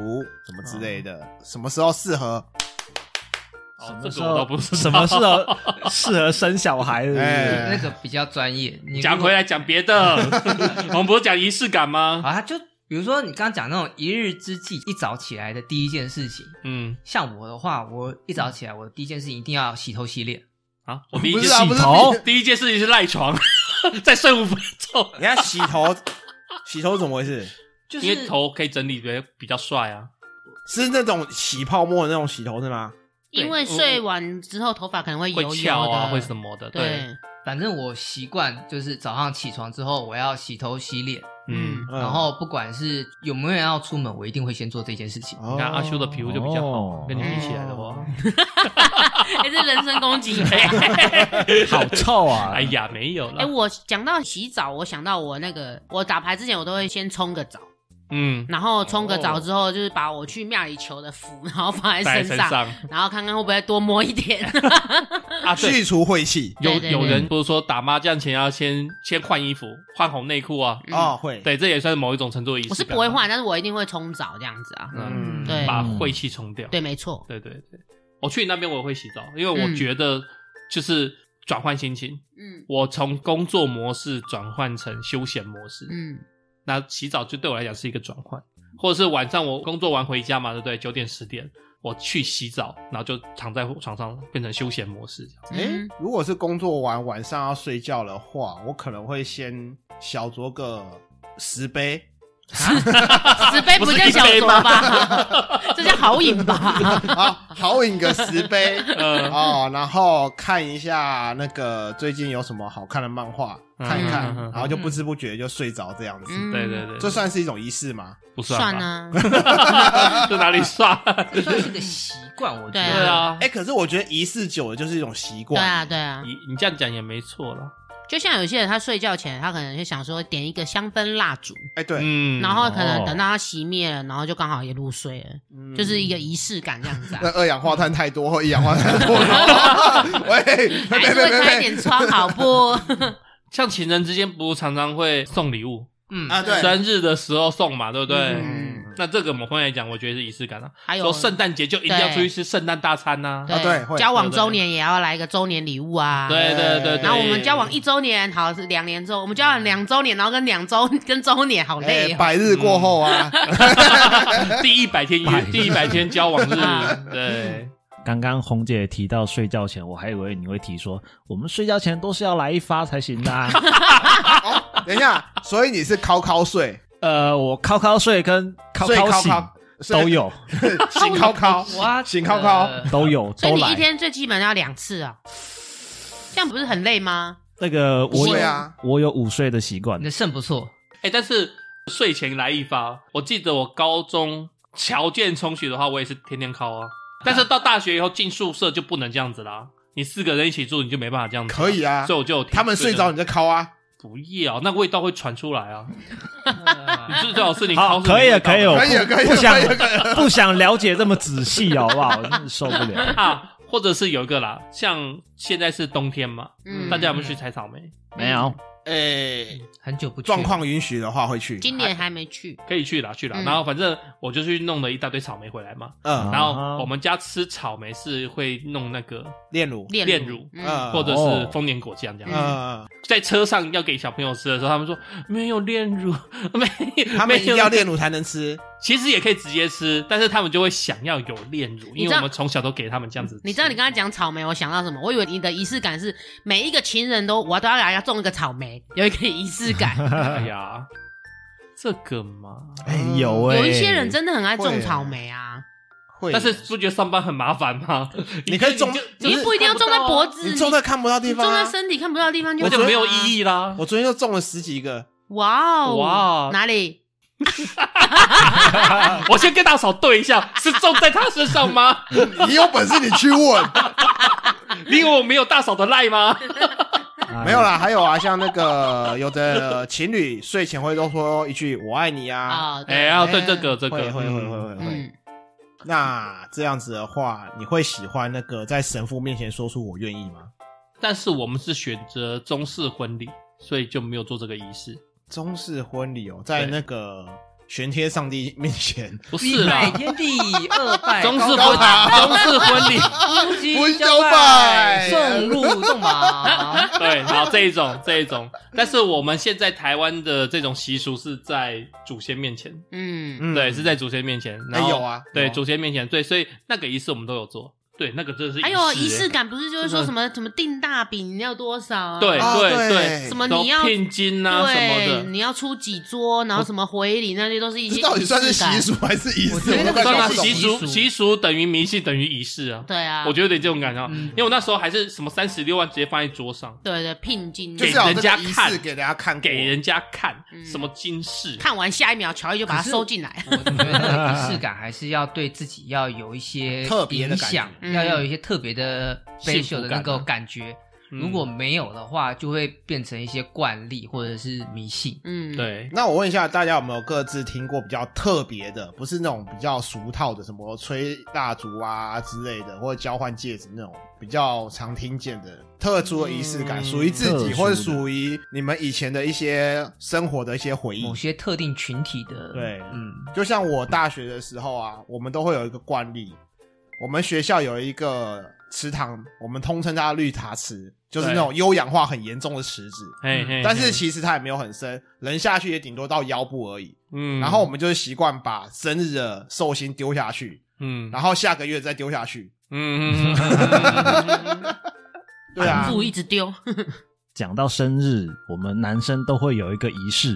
Speaker 5: 什么之类的，什么时候适合，
Speaker 1: 什 <laughs>
Speaker 2: 哦，
Speaker 1: 么
Speaker 2: 这
Speaker 1: 时
Speaker 2: 个我倒
Speaker 1: 候
Speaker 2: 不知道。
Speaker 1: 什么适合适合生小孩是不是？
Speaker 5: 哎
Speaker 4: 那个比较专业。你
Speaker 2: 嗯讲回来讲别的， <laughs> 我们不是讲仪式感吗？
Speaker 4: 啊，就比如说你刚刚讲那种一日之计，一早起来的第一件事情，
Speaker 2: 嗯，
Speaker 4: 像我的话，我一早起来，我的第一件事情一定要洗头洗脸。
Speaker 2: 啊，我第一
Speaker 5: 不
Speaker 2: 件
Speaker 5: 是啊，不
Speaker 2: 事，
Speaker 5: 是
Speaker 1: 头
Speaker 5: 你
Speaker 2: 第一件事情是赖床， <laughs> 再睡五分钟，
Speaker 5: 你看洗头， <laughs> 洗头怎么回事？
Speaker 4: 就是
Speaker 2: 因为头可以整理的比较帅啊。
Speaker 5: 是那种洗泡沫的那种洗头是吗？
Speaker 2: 对
Speaker 3: 因为睡完之后头发可能会
Speaker 2: 会
Speaker 3: 油油
Speaker 2: 翘
Speaker 3: 的，
Speaker 2: 啊，会什么的，对，
Speaker 3: 对，
Speaker 4: 反正我习惯就是早上起床之后，我要洗头洗脸，
Speaker 2: 嗯
Speaker 3: 嗯，
Speaker 5: 嗯
Speaker 4: 然后不管是有没有人要出门，我一定会先做这件事情。
Speaker 5: 哦
Speaker 2: 你看阿修的皮肤就比较好
Speaker 1: 哦，
Speaker 2: 跟你比起来的话，
Speaker 3: 哎、这人身攻
Speaker 2: <laughs>
Speaker 3: 击。
Speaker 1: <laughs> <laughs> 好臭啊！
Speaker 2: 哎呀，没有
Speaker 3: 哎、
Speaker 2: 了，
Speaker 3: 我讲到洗澡，我想到我那个，我打牌之前我都会先冲个澡，
Speaker 2: 嗯，
Speaker 3: 然后冲个澡之后，就是把我去庙里求的符，然后放
Speaker 2: 戴
Speaker 3: 在
Speaker 2: 在身
Speaker 3: 身
Speaker 2: 上
Speaker 3: 上，然后看看会不会多摸一
Speaker 2: <laughs>
Speaker 3: 点。
Speaker 2: 啊，对
Speaker 5: 去，除晦气
Speaker 2: 有
Speaker 3: 对对
Speaker 2: 有
Speaker 3: 对
Speaker 2: 人不是说打麻将前要先先换衣服，换红内裤啊，
Speaker 3: 嗯
Speaker 5: 哦，，会，
Speaker 2: 对，这也算是某一种程度的仪式
Speaker 3: 我是
Speaker 2: 感
Speaker 3: 不会
Speaker 2: 吧，
Speaker 3: 换，但是我一定会冲澡这样子啊。
Speaker 5: 嗯，
Speaker 3: 对
Speaker 2: 把晦气冲掉。
Speaker 3: 对，没错。
Speaker 2: 对对对，我去你那边我也会洗澡，因为我
Speaker 3: 嗯
Speaker 2: 觉得就是转换心情，
Speaker 3: 嗯
Speaker 2: 我从工作模式转换成休闲模式， <laughs>
Speaker 3: 嗯
Speaker 2: 那洗澡就对我来讲是一个转换，或者是晚上我工作完回家嘛，对不对？九点十点我去洗澡，然后就躺在床上变成休闲模式这样子。
Speaker 5: 哎、
Speaker 3: 嗯
Speaker 5: 如果是工作完晚上要睡觉的话，我可能会先小酌个十
Speaker 3: <laughs>
Speaker 5: 杯，
Speaker 3: 十杯不
Speaker 2: 不是
Speaker 3: 叫
Speaker 2: 一
Speaker 3: 小
Speaker 2: 杯
Speaker 3: 酌
Speaker 2: 吗
Speaker 3: 吧？ <laughs> 这叫好饮
Speaker 2: <laughs>
Speaker 3: 吧？
Speaker 5: 好好啊饮个十
Speaker 3: <laughs>
Speaker 5: 杯
Speaker 3: 嗯
Speaker 2: 呃，
Speaker 5: 哦，然后看一下那个最近有什么好看的漫画，
Speaker 2: 嗯
Speaker 5: 看一看，
Speaker 2: 嗯嗯嗯
Speaker 5: 然后就不知不觉就睡着这样子。
Speaker 3: 嗯
Speaker 2: 对对对，
Speaker 5: 这算是一种仪式吗？
Speaker 2: 不算
Speaker 3: 算
Speaker 2: 吧？
Speaker 3: 啊，
Speaker 2: <laughs> 这哪里
Speaker 3: <laughs>
Speaker 2: 算？
Speaker 4: 这 <laughs> 算是个习惯，我觉
Speaker 3: 对
Speaker 2: 对
Speaker 4: 得。
Speaker 2: 啊
Speaker 5: 哎、，可是我觉得仪式久了就是一种习
Speaker 3: 对
Speaker 5: 惯。
Speaker 3: 啊，对啊。
Speaker 2: 你你这样讲也没错了。
Speaker 3: 就像有些人他睡觉前，他可能就想说点一个香氛蜡烛，
Speaker 5: 哎、对，
Speaker 2: 嗯，
Speaker 3: 然后可能
Speaker 1: 哦
Speaker 3: 等到它熄灭了，然后就刚好也入睡了，
Speaker 5: 嗯
Speaker 3: 就是一个仪式感这样子啊
Speaker 5: 那。二氧化碳太多，一氧化碳过多。喂，
Speaker 3: <laughs> 还是会
Speaker 5: 别别
Speaker 3: 开一
Speaker 5: 别
Speaker 3: 点窗，好不？
Speaker 2: <laughs> 像情人之间不是常常会送礼物，
Speaker 4: 嗯
Speaker 5: 啊，对，
Speaker 2: 生日的时候送嘛，对不对？
Speaker 5: 嗯
Speaker 2: 那这个某方面来讲，我觉得是仪式感啊。
Speaker 3: 还有
Speaker 2: 说圣诞节就一定要出去吃圣诞大餐呐。
Speaker 5: 啊对会
Speaker 3: 交往周年也要来一个周年礼物啊。
Speaker 2: 对对对，对
Speaker 3: 然后我们交往一周年，好是两年之后，我们交往两周年，然后跟两周跟周年，好累
Speaker 5: 哎，
Speaker 3: 哦。
Speaker 5: 百日过后啊，
Speaker 2: <laughs> 第一百天约，第一百天交往
Speaker 3: 啊
Speaker 2: 日，对，
Speaker 1: 刚刚红姐提到睡觉前，我还以为你会提说我们睡觉前都是要来一发才行的、
Speaker 5: <laughs>
Speaker 1: 啊。
Speaker 5: 等一下，所以你是靠靠睡，
Speaker 1: 呃，我靠靠睡跟靠
Speaker 5: 睡靠
Speaker 1: 醒
Speaker 5: 靠
Speaker 1: 都，
Speaker 5: <laughs>
Speaker 1: 有
Speaker 5: 睡醒靠靠， <laughs>
Speaker 4: 哇，
Speaker 5: 醒靠靠，
Speaker 4: 呃
Speaker 1: 都有
Speaker 3: <laughs> 所以
Speaker 1: 都
Speaker 3: 你一
Speaker 1: 来。
Speaker 3: 天最基本要两次啊，这样不是很累吗？
Speaker 1: 那个
Speaker 5: 不
Speaker 1: 我
Speaker 5: 会
Speaker 1: 有、
Speaker 5: 啊，
Speaker 1: 我有午睡的习惯
Speaker 4: 你的，肾不错。
Speaker 2: 哎，但是睡前来一发，我记得我高中条件充许的话，我也是天天靠啊。但是到大学以后进宿舍就不能这样子啦，你四个人一起住你就没办法这样子。
Speaker 5: 可以啊
Speaker 2: 所以我就
Speaker 5: 他们睡着
Speaker 2: 就
Speaker 5: 你在靠啊，
Speaker 2: 不要，那味道会传出来啊。你
Speaker 3: 啊
Speaker 2: 最最好是你
Speaker 1: 好
Speaker 2: 靠
Speaker 1: 可以了可以了，我
Speaker 5: 可以了哦啊
Speaker 1: 不
Speaker 5: 可以了
Speaker 1: 不想
Speaker 5: 可以了可以了
Speaker 1: 不想了解这么仔细好不
Speaker 3: <laughs>
Speaker 1: 好？我真是受不了。
Speaker 2: 啊，或者是有一个啦，像现在是冬天嘛，
Speaker 3: 嗯，
Speaker 2: 大家有没有去采草莓？
Speaker 1: 没有，
Speaker 5: 哎，
Speaker 4: 很久不去
Speaker 5: 状，况允许的话会去，
Speaker 3: 今年还没去，
Speaker 2: 可以去啦，去啦。
Speaker 3: 嗯
Speaker 2: 然后反正我就去弄了一大堆草莓回来嘛。
Speaker 5: 嗯，
Speaker 2: 然后我们家吃草莓是会弄那个，
Speaker 5: 炼乳，
Speaker 3: 炼
Speaker 2: 炼乳
Speaker 5: 啊
Speaker 3: 嗯，
Speaker 2: 或者是丰年果酱这样。
Speaker 5: 嗯，
Speaker 2: 在车上要给小朋友吃的时候，他们说没有炼乳，没有
Speaker 5: 他们一定要炼
Speaker 2: 乳。
Speaker 5: 乳才能吃，
Speaker 2: 其实也可以直接吃，但是他们就会想要有炼乳，
Speaker 3: 知
Speaker 2: 因为
Speaker 3: 道
Speaker 2: 我们从小都给他们这样子吃。
Speaker 3: 你知道你刚才讲草莓，我想到什么？我以为你的仪式感是每一个情人都我都要给大家种一个草莓，有一个仪式
Speaker 5: <laughs>
Speaker 3: 感。
Speaker 2: 哎呀，这个嘛，
Speaker 1: 哎有哎、
Speaker 3: 有一些人真的很爱
Speaker 5: 会
Speaker 3: 种
Speaker 5: 啊
Speaker 3: 草莓啊，
Speaker 5: 会，
Speaker 2: 但是不觉得上班很麻烦吗？
Speaker 5: <laughs> 你可以种
Speaker 2: 就
Speaker 5: 就
Speaker 3: 你
Speaker 5: 是
Speaker 3: 不一定要种在脖子，
Speaker 5: 你种在看不到地
Speaker 3: 你
Speaker 5: 方
Speaker 3: 种
Speaker 5: 啊
Speaker 3: 在，身体看不到的地方就
Speaker 2: 那
Speaker 3: 好
Speaker 2: 就
Speaker 3: 啊
Speaker 2: 没有意。义啦。
Speaker 5: 我昨天就种了十几个，
Speaker 3: 哇哦
Speaker 2: 哇
Speaker 3: 哪里？
Speaker 2: 我先跟大嫂对一下，是种在她身上
Speaker 5: <laughs>
Speaker 2: 吗？
Speaker 5: 你有本事你
Speaker 2: <laughs>
Speaker 5: 去问，
Speaker 2: 哎你以为我没有大嫂的赖吗？
Speaker 1: 哎
Speaker 5: 没有，啦，还有啊，像那个有的情侣睡前会都说一句“我爱你”
Speaker 3: <laughs>
Speaker 5: 啊，
Speaker 3: 啊，对
Speaker 2: 哎呀，对这个这
Speaker 5: 会
Speaker 2: 个
Speaker 5: 会会会会会。
Speaker 3: 嗯，
Speaker 5: 那这样子的话，你会喜欢那个在神父面前说出“我愿意”吗？
Speaker 2: 但是我们是选择中式婚礼，所以就没有做这个仪式。
Speaker 5: 中式婚礼哦，在
Speaker 2: 对
Speaker 5: 那个玄天上帝面前，
Speaker 2: 不
Speaker 4: 一
Speaker 2: 是
Speaker 4: 拜
Speaker 2: 啦，
Speaker 4: 天地，二拜
Speaker 2: 中式婚
Speaker 4: 高塔
Speaker 2: 中式婚
Speaker 5: <laughs>
Speaker 2: 礼，
Speaker 4: 夫
Speaker 5: 婚
Speaker 4: 妻
Speaker 5: 交
Speaker 4: 交拜，
Speaker 5: 拜
Speaker 4: 送入
Speaker 2: <laughs>
Speaker 4: 洞房。
Speaker 2: 对，好这一种这一种，但是我们现在台湾的这种习俗是在祖先面前，
Speaker 3: 嗯，
Speaker 5: 嗯，
Speaker 2: 对，是在祖先面前，然后
Speaker 5: 哎有啊有
Speaker 2: 对，
Speaker 5: 啊
Speaker 2: 祖先面前，对，所以那个仪式我们都有做，对，那个真的是
Speaker 3: 还有
Speaker 2: 仪
Speaker 3: 仪式
Speaker 2: 式
Speaker 3: 感，不是就是说什么什么订大饼你要多少啊？
Speaker 2: 欸，对
Speaker 5: 啊对
Speaker 2: 对对，
Speaker 3: 什么
Speaker 2: 然后
Speaker 3: 你要
Speaker 2: 聘金啊什
Speaker 3: 对，
Speaker 2: 么
Speaker 3: 你要出几桌，然后什么回礼那些都是一些
Speaker 5: 这到底算是
Speaker 3: 仪式感
Speaker 5: 习？俗还是仪
Speaker 4: 我
Speaker 5: 式？
Speaker 4: 觉得那
Speaker 5: 我都快
Speaker 2: 的，当
Speaker 4: 个
Speaker 5: 搞
Speaker 2: 然
Speaker 5: 不
Speaker 4: 算
Speaker 5: 懂
Speaker 4: 是
Speaker 2: 习俗
Speaker 4: 习俗
Speaker 2: 习俗等于迷信等于仪式啊，
Speaker 3: 对啊，
Speaker 2: 我觉得有点这种感觉啊，
Speaker 4: 嗯
Speaker 2: 因为我那时候还是什么三十六万直接放在桌上
Speaker 3: 对对聘金
Speaker 5: 就是
Speaker 2: 给
Speaker 5: 要有
Speaker 2: 人
Speaker 5: 这
Speaker 2: 家
Speaker 5: 个仪
Speaker 2: 看
Speaker 5: 式给人家看过，
Speaker 2: 给人家看，
Speaker 3: 嗯
Speaker 2: 什么金饰，
Speaker 3: 看完下一秒，乔伊就把它
Speaker 4: 可是
Speaker 3: 收进来。
Speaker 4: 我觉得那个仪式感还是要对自己要有一些
Speaker 5: 特别的
Speaker 4: 影
Speaker 5: 感觉
Speaker 4: 响，
Speaker 3: 嗯
Speaker 4: 要要有一些特别的
Speaker 2: 幸
Speaker 4: special
Speaker 2: 福
Speaker 4: 的
Speaker 2: 感
Speaker 4: 那个
Speaker 2: 啊
Speaker 4: 感觉。
Speaker 2: 嗯
Speaker 4: 如果没有的话，就会变成一些惯例或者是迷信。
Speaker 3: 嗯，，
Speaker 2: 对
Speaker 5: 那我问一下，大家有没有各自听过比较特别的，不是那种比较俗套的，什么吹蜡烛啊之类的，或者交换戒指那种比较常听见的特殊的仪式感，
Speaker 2: 嗯
Speaker 5: 属于自
Speaker 1: 特殊
Speaker 5: 己
Speaker 1: 的
Speaker 5: 或者属于你们以前的一些生活的一些回忆
Speaker 4: 某。些特定群体的，
Speaker 5: 对
Speaker 4: 嗯，
Speaker 5: 就像我大学的时候啊，我们都会有一个惯例，我们学校有一个池塘，我们通称它绿茶池，就是那种优氧化很严重的池子。
Speaker 2: 嘿嘿，
Speaker 5: 但
Speaker 2: 嘿
Speaker 5: 是其实它也没有很深，人下去也顶多到腰部而已。
Speaker 2: 嗯
Speaker 5: 然后我们就是习惯把生日的寿星丢下去，
Speaker 2: 嗯
Speaker 5: 然后下个月再丢下去。
Speaker 2: 嗯
Speaker 3: <laughs>
Speaker 2: 嗯嗯嗯
Speaker 5: 对啊
Speaker 3: 反，复一
Speaker 1: <laughs>
Speaker 3: 直丢。
Speaker 1: 讲到生日，我们男生都会有一个仪式，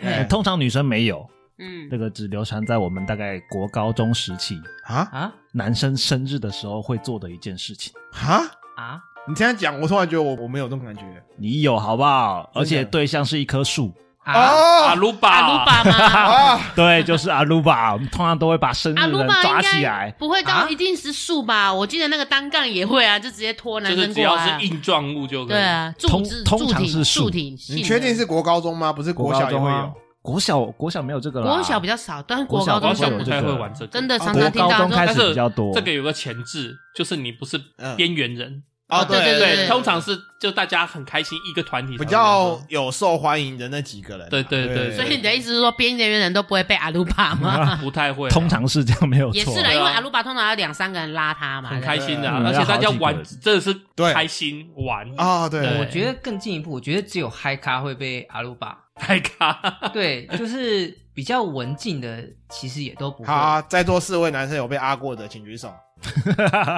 Speaker 5: 哎
Speaker 1: 通常女生没有，
Speaker 3: 嗯
Speaker 1: 这，个只流传在我们大概国高中时期，
Speaker 5: 啊
Speaker 4: 啊
Speaker 1: 男生生日的时候会做的一件事情。
Speaker 5: 啊！
Speaker 4: 啊，
Speaker 5: 你这样讲，我突然觉得我我没有这种感觉
Speaker 1: 你有好不好？
Speaker 5: 真的
Speaker 1: 而且对象是一棵树，
Speaker 4: 啊
Speaker 2: 阿
Speaker 5: 哦
Speaker 2: 鲁巴
Speaker 3: 阿鲁巴吗？
Speaker 1: <laughs>
Speaker 5: 啊！
Speaker 1: 对，就是阿鲁巴。我们通常都会把生日
Speaker 3: 阿鲁
Speaker 1: 人
Speaker 3: 巴
Speaker 1: 抓
Speaker 3: 应
Speaker 1: 起
Speaker 3: 该
Speaker 1: 来，
Speaker 3: 不会到
Speaker 4: 啊
Speaker 3: 一定时数吧？我记得那个单杠也会啊，就直接拖男
Speaker 2: 就是
Speaker 3: 生
Speaker 2: 只
Speaker 3: 过
Speaker 2: 要
Speaker 3: 来啊
Speaker 2: 是。硬撞物就可以。
Speaker 3: 对啊，柱
Speaker 1: 通
Speaker 3: 子
Speaker 1: 通
Speaker 3: 柱
Speaker 1: 常
Speaker 3: 挺
Speaker 1: 是树
Speaker 3: 柱挺性的。
Speaker 5: 你确定是国高中吗？不是
Speaker 1: 国
Speaker 5: 小
Speaker 1: 高
Speaker 5: 也
Speaker 1: 中
Speaker 5: 会
Speaker 1: 啊
Speaker 5: 有？
Speaker 1: 国小国小没有这
Speaker 5: 啊
Speaker 1: 个啦，
Speaker 3: 国小比较少，但是
Speaker 1: 国小
Speaker 3: 高
Speaker 2: 我
Speaker 3: 中
Speaker 2: 好像
Speaker 1: 国小有
Speaker 2: 不
Speaker 1: 这
Speaker 2: 太
Speaker 1: 个
Speaker 2: 会玩这个，
Speaker 3: 真的常
Speaker 5: 国
Speaker 3: 常听
Speaker 1: 高
Speaker 3: 到
Speaker 1: 中
Speaker 3: 说
Speaker 1: 开
Speaker 2: 但
Speaker 1: 始
Speaker 2: 是
Speaker 1: 比较多
Speaker 2: 这个有个前置，就是你不是
Speaker 5: 嗯
Speaker 2: 边缘人，
Speaker 5: 哦，
Speaker 3: 对
Speaker 5: 对
Speaker 3: 对
Speaker 2: 啊对，
Speaker 3: 对
Speaker 2: 通常是就大家很开心一个团体
Speaker 5: 比
Speaker 2: 才会
Speaker 5: 较
Speaker 2: 玩
Speaker 5: 有受欢迎的那几个人啊。
Speaker 2: 对对对
Speaker 3: 所以你的意思是说，边缘人都不会被阿鲁巴吗？
Speaker 1: <laughs>
Speaker 2: 不太会啊，
Speaker 1: 通常是这样，没有
Speaker 3: 也
Speaker 1: 错
Speaker 3: 是。啦，
Speaker 2: 对啊
Speaker 3: 因为阿鲁巴通常要两三个人拉他嘛
Speaker 2: 很。开心的啊，
Speaker 1: 嗯
Speaker 2: 而且大家
Speaker 1: 要好几个
Speaker 2: 玩
Speaker 1: 人
Speaker 2: 真的是
Speaker 5: 对
Speaker 2: 开心玩，
Speaker 5: 啊，对
Speaker 2: 对
Speaker 4: 我觉得更进一步，我觉得只有嗨咖会被阿鲁巴，
Speaker 2: 太卡，
Speaker 4: 对，就是比较文静的，其实也都不会
Speaker 5: 好。啊，在座四位男生有被阿过的，请举手。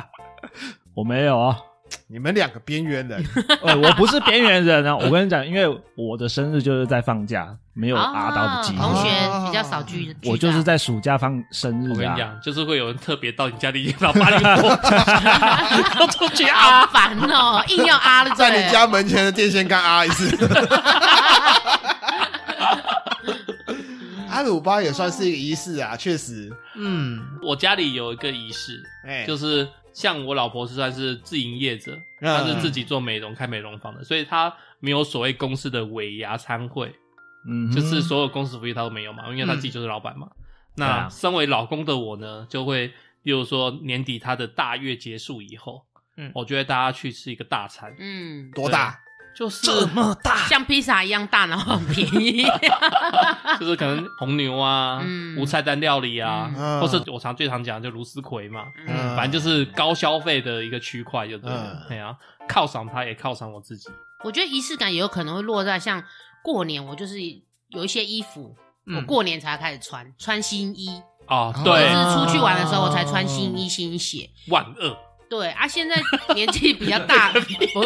Speaker 1: <laughs> 我没有
Speaker 3: <laughs>
Speaker 1: 啊，
Speaker 5: 你们两个边缘人，
Speaker 1: 呃，我不是边缘人啊。我跟你讲，因为我的生日就是在放假，没有
Speaker 3: 啊，
Speaker 1: 阿刀的记忆。
Speaker 3: 同学比较少聚，
Speaker 1: 我
Speaker 3: 聚
Speaker 1: 就
Speaker 3: 到
Speaker 1: 是在暑假放生
Speaker 2: 我
Speaker 1: 日
Speaker 2: 跟你
Speaker 1: 啊，
Speaker 2: 讲，就是会有人特别到你家里， <laughs> 然后把你摸，要出去啊，
Speaker 3: 好烦
Speaker 1: <laughs>
Speaker 3: 哦，硬要阿了，
Speaker 5: <laughs> 在你家门前的电线杆啊一
Speaker 3: <laughs>
Speaker 5: 次。阿鲁巴也算是一个仪式啊，确实。
Speaker 4: 嗯，
Speaker 2: 我家里有一个仪式，
Speaker 5: 哎，
Speaker 2: 就是是像我老婆是算是自营业者，
Speaker 5: 嗯
Speaker 2: 她是自己做美容、开美容房的，所以她没有所谓公司的尾牙餐会，
Speaker 1: 嗯哼，
Speaker 2: 就是所有公司福利她都没有嘛，因为她自己就是老板嘛。
Speaker 1: 对
Speaker 2: 那
Speaker 1: 啊
Speaker 2: 身为老公的我呢，就会，例如说年底她的大月结束以后，
Speaker 4: 嗯
Speaker 2: 我就会带她去吃一个大餐，
Speaker 3: 嗯，
Speaker 5: 多大？
Speaker 2: 就是
Speaker 1: 这么大，
Speaker 3: 像披萨一样大，然后很便宜。
Speaker 2: 就是可能红牛啊、
Speaker 3: 嗯
Speaker 2: 无菜单料理啊，
Speaker 5: 嗯
Speaker 2: 或是我常最常讲的就芦丝葵嘛，
Speaker 3: 嗯
Speaker 2: 反正就是高消费的一个区块就对了
Speaker 5: 嗯。
Speaker 2: 对啊，犒赏他也犒赏我自己。
Speaker 3: 我觉得仪式感也有可能会落在像过年，我就是有一些衣服，
Speaker 4: 嗯
Speaker 3: 我过年才开始穿，穿新衣，
Speaker 2: 哦，
Speaker 5: 哦
Speaker 3: 或者
Speaker 2: 对，
Speaker 3: 是出去玩的时候我才穿新衣新鞋。
Speaker 2: 万恶，
Speaker 3: 对啊，现在年纪比较大，不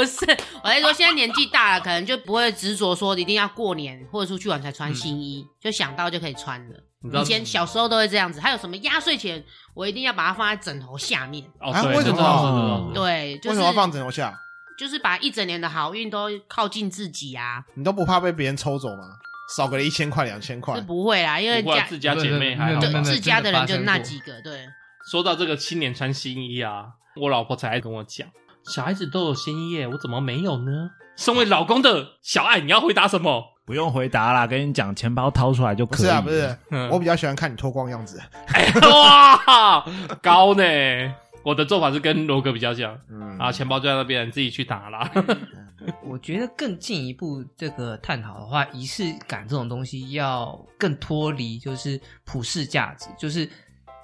Speaker 3: 是我在说，现在年纪大了，可能就不会执着说一定要过年或者出去玩才穿新衣，就想到就可以穿了。
Speaker 2: 你知道
Speaker 3: 以前小时候都会这样子，还有什么压岁钱，我一定要把它放在枕头下面。
Speaker 2: 哦，
Speaker 5: 啊
Speaker 2: 对，
Speaker 5: 为什
Speaker 2: 这
Speaker 5: 么
Speaker 2: 种是这种是
Speaker 3: 对，就
Speaker 5: 为
Speaker 3: 是
Speaker 5: 什么要放枕头下？
Speaker 3: 就是把一整年的好运都靠近自己啊，
Speaker 5: 你都不怕被别人抽走吗？少个一千块、两千块
Speaker 3: 是，不会啦，因为
Speaker 2: 不过
Speaker 3: 家
Speaker 2: 自家姐妹还好
Speaker 4: 没有没
Speaker 3: 对
Speaker 4: 有
Speaker 2: 吧。
Speaker 3: 自家的人就那
Speaker 4: 真的发生过
Speaker 3: 几个，对，
Speaker 2: 说到这个新年穿新衣啊，我老婆才跟我讲，小孩子都有新衣耶，我怎么没有呢？身为老公的小爱，你要回答什么？ <laughs>
Speaker 1: 不用回答啦，跟你讲，钱包掏出来就
Speaker 5: 不
Speaker 1: 可以。
Speaker 5: 是啊，不是，
Speaker 2: 嗯
Speaker 5: 我比较喜欢看你脱光样子。
Speaker 2: 哎哇，高呢！我的做法是跟罗哥比较像啊
Speaker 4: <laughs>
Speaker 5: 嗯
Speaker 2: 啊，钱包就在那边，你自己去拿啦。
Speaker 4: 我觉得更进一步这个探讨的话，仪式感这种东西要更脱离就是普世价值，就是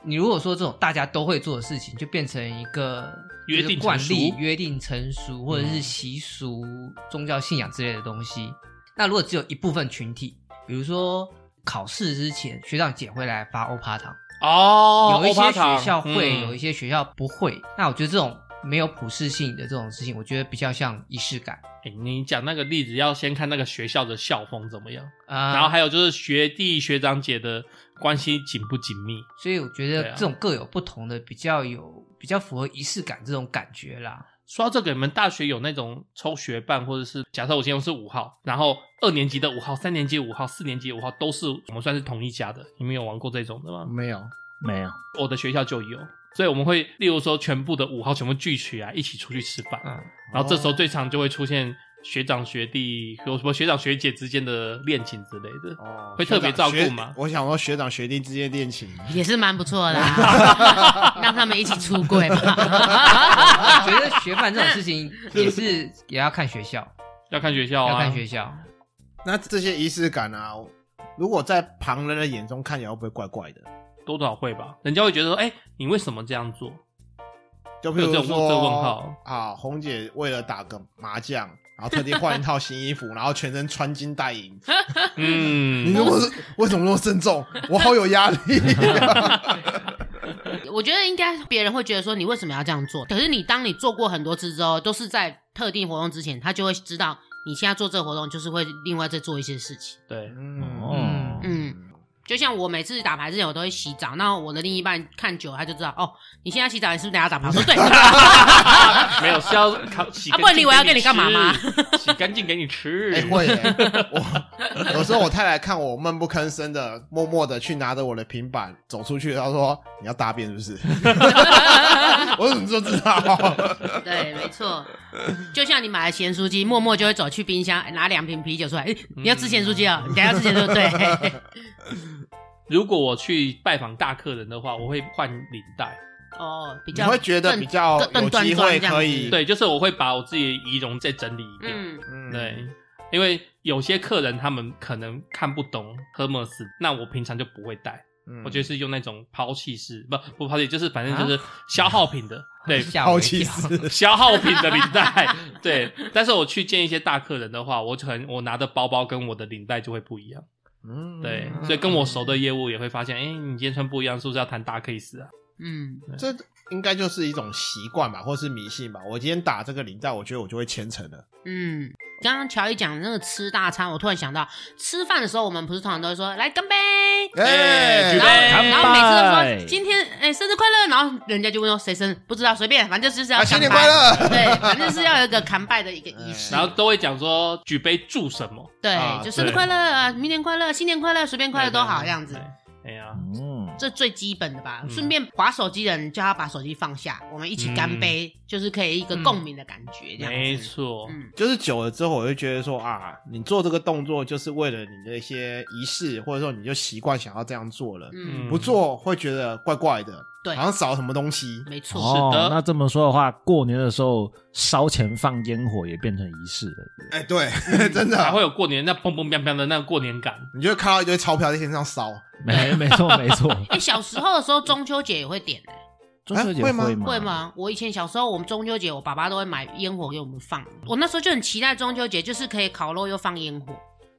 Speaker 4: 你如果说这种大家都会做的事情，就变成一个
Speaker 2: 约定
Speaker 4: 就是惯例嗯
Speaker 2: 成、熟嗯
Speaker 4: 约定成熟，或者是习俗、宗教信仰之类的东西。那如果只有一部分群体，比如说考试之前，学长姐会来发欧趴糖。
Speaker 2: 哦，
Speaker 4: 有一
Speaker 2: 欧
Speaker 4: 些
Speaker 2: 巴
Speaker 4: 学
Speaker 2: 糖
Speaker 4: 校会，有一
Speaker 2: 嗯
Speaker 4: 些学校不会。那我觉得这种没有普适性的这种事情，我觉得比较像仪式感
Speaker 2: 诶你讲那个例子要先看那个学校的校风怎么样，
Speaker 4: 啊。
Speaker 2: 然后还有就是学弟学长姐的关系紧不紧密？
Speaker 4: 所以我觉
Speaker 2: 对
Speaker 4: 得
Speaker 2: 啊
Speaker 4: 这种各有不同的，比较有比较符合仪式感这种感觉
Speaker 2: <laughs>
Speaker 4: 啦。
Speaker 2: 说到这个，你们大学有那种抽学伴，或者是假设我今天是五号，然后二年级的五号、三年级五号、四年级五号都是我们算是同一家的，你们有玩过这种的吗？
Speaker 5: 没有，
Speaker 1: 没有，
Speaker 2: 我的学校就有，所以我们会例如说全部的五号全部聚起来一起出去吃饭，
Speaker 4: 嗯，
Speaker 2: 然后这时候最常就会出现学长学弟有什么学长学姐之间的恋情之类的。
Speaker 5: 哦
Speaker 2: 会特别照顾吗
Speaker 5: 学我想说学长学弟之间恋情，
Speaker 3: 也是蛮不错的、啊，让他们一起出柜嘛。
Speaker 4: 我觉得学伴这种事
Speaker 2: <laughs>
Speaker 4: 情也是也要看学校，
Speaker 2: 要看学校啊，
Speaker 4: 要看学校。
Speaker 5: 那这些仪式感啊，如果在旁人的眼中看起来会不会怪怪的？
Speaker 2: 多多少会吧，人家会觉得说，哎、你为什么这
Speaker 3: <laughs>
Speaker 2: 样做？
Speaker 5: 就比
Speaker 2: 有
Speaker 5: 如
Speaker 2: 这
Speaker 5: 说
Speaker 2: 种这个问号
Speaker 5: 啊，红姐为了打个麻将，然后特地换一套新衣服，然后全身穿金
Speaker 2: <laughs>
Speaker 5: 戴银。你
Speaker 2: 嗯，
Speaker 5: 说我是为什么那么慎重？我好有压力。
Speaker 3: <laughs>
Speaker 5: 啊
Speaker 2: <laughs>
Speaker 3: 我觉得应该别人会觉得说你为什么要这样做，可是你当你做过很多次之后，都是在特定活动之前，他就会知道你现在做这个活动就是会另外再做一些事情。
Speaker 2: 对， <laughs>
Speaker 1: 哦，
Speaker 3: 嗯，就像我每次打牌之前，我都会洗澡，那我的另一半看久了，他就知道哦，你现在洗澡，你是不是等下打牌？我说对，
Speaker 2: 没有是要考洗干净给吃。
Speaker 3: 啊不然你以为要跟你干嘛吗
Speaker 2: 洗干净给你
Speaker 3: <laughs>
Speaker 2: 吃。
Speaker 5: 哎、会、欸，我有时候我太太看我闷不吭声的，默默的去拿着我的平板走出去，她说：“你要大便是不 <laughs> 是？”我怎么就知道？
Speaker 3: 对，没错，就像你买了咸酥鸡，默默就会走去冰箱拿两瓶啤酒出来，哎，你要吃咸酥鸡哦，你等下吃咸酥鸡，对，
Speaker 2: 如果我去拜访大客人的话，我会换领带。
Speaker 3: 哦，比
Speaker 5: 你
Speaker 3: 较
Speaker 5: 会觉得
Speaker 3: 更
Speaker 5: 比较
Speaker 3: 更
Speaker 5: 有
Speaker 3: 端
Speaker 5: 机
Speaker 3: 庄
Speaker 5: 会
Speaker 3: 这样
Speaker 5: 可
Speaker 3: 子
Speaker 5: 以
Speaker 2: 对，就是我会把我自己的仪容再整理一遍。
Speaker 3: 嗯，
Speaker 5: 嗯
Speaker 2: 对，因为有些客人他们可能看不懂 Hermes，那我平常就不会带，
Speaker 5: 嗯
Speaker 2: 我就是用那种抛弃式，不不抛弃，就是反正
Speaker 3: 啊 <laughs>
Speaker 2: 就是消耗品的，对，
Speaker 4: 吓我
Speaker 5: 好
Speaker 4: 一
Speaker 5: 奇
Speaker 4: 跳。
Speaker 5: 是
Speaker 2: 消耗品的领带。 <laughs> 对，但是我去见一些大客人的话，我可能我拿的包包跟我的领带就会不一样。
Speaker 5: 嗯
Speaker 2: 对，所以跟我熟的业务也会发现，哎、你今天穿不一样，是不是要谈大 case 啊？
Speaker 3: 嗯，
Speaker 5: 这应该就是一种习惯吧，或是迷信吧。我今天打这个领带，我觉得我就会虔诚了。
Speaker 3: 嗯，刚刚乔伊讲那个吃大餐，我突然想到，吃饭的时候我们不是通常都会说来干杯，
Speaker 2: 哎举杯
Speaker 3: 然
Speaker 1: 干
Speaker 3: 后
Speaker 1: 杯
Speaker 3: 然后每次都说今天哎生日快乐，然后人家就问说谁生日不知道，随便，反正就是要
Speaker 5: 啊，新
Speaker 3: 干
Speaker 5: 年
Speaker 3: 拜，
Speaker 5: 快乐！
Speaker 3: 对，反正是要有一个砍拜的一个仪式，
Speaker 5: 哎
Speaker 2: 然后都会讲说举杯祝什么，
Speaker 3: 对
Speaker 5: 啊，
Speaker 3: 就生日
Speaker 2: 对
Speaker 3: 快乐，啊，明年快乐，新年快乐，随便快乐都好这样子
Speaker 2: 对。。嗯哎呀、
Speaker 1: 嗯，
Speaker 3: 这最基本的吧，顺便划手机的人叫他把手机放下，我们一起干杯，就是可以一个共鸣的感觉，这
Speaker 2: 嗯没
Speaker 3: 样子。
Speaker 2: 错，
Speaker 3: 嗯，
Speaker 5: 就是久了之后，我就觉得说啊，你做这个动作就是为了你的一些仪式，或者说你就习惯想要这样做了，
Speaker 3: 嗯，
Speaker 5: 不做会觉得怪怪的，
Speaker 3: 对
Speaker 5: 好像少什么东西。
Speaker 3: 没错。
Speaker 1: 哦
Speaker 2: 是的，
Speaker 1: 那这么说的话，过年的时候烧钱放烟火也变成仪式了。
Speaker 5: 哎、对，
Speaker 2: <laughs>
Speaker 5: 真
Speaker 2: 还
Speaker 5: 的，
Speaker 2: 会有过年那砰砰砰砰的那个过年感。
Speaker 5: 你就会看到一堆钞票在天上烧。
Speaker 1: 没，没错，没
Speaker 5: <laughs>
Speaker 1: 错。
Speaker 3: 哎、小时候的时候，中秋节也会点、欸，
Speaker 1: 中秋节
Speaker 5: 会吗
Speaker 2: 嗯
Speaker 1: 吗？
Speaker 3: 会？吗？我以前小时候，我们中秋节，我爸爸都会买烟火给我们放。我那时候就很期待中秋节，就是可以烤肉又放烟火。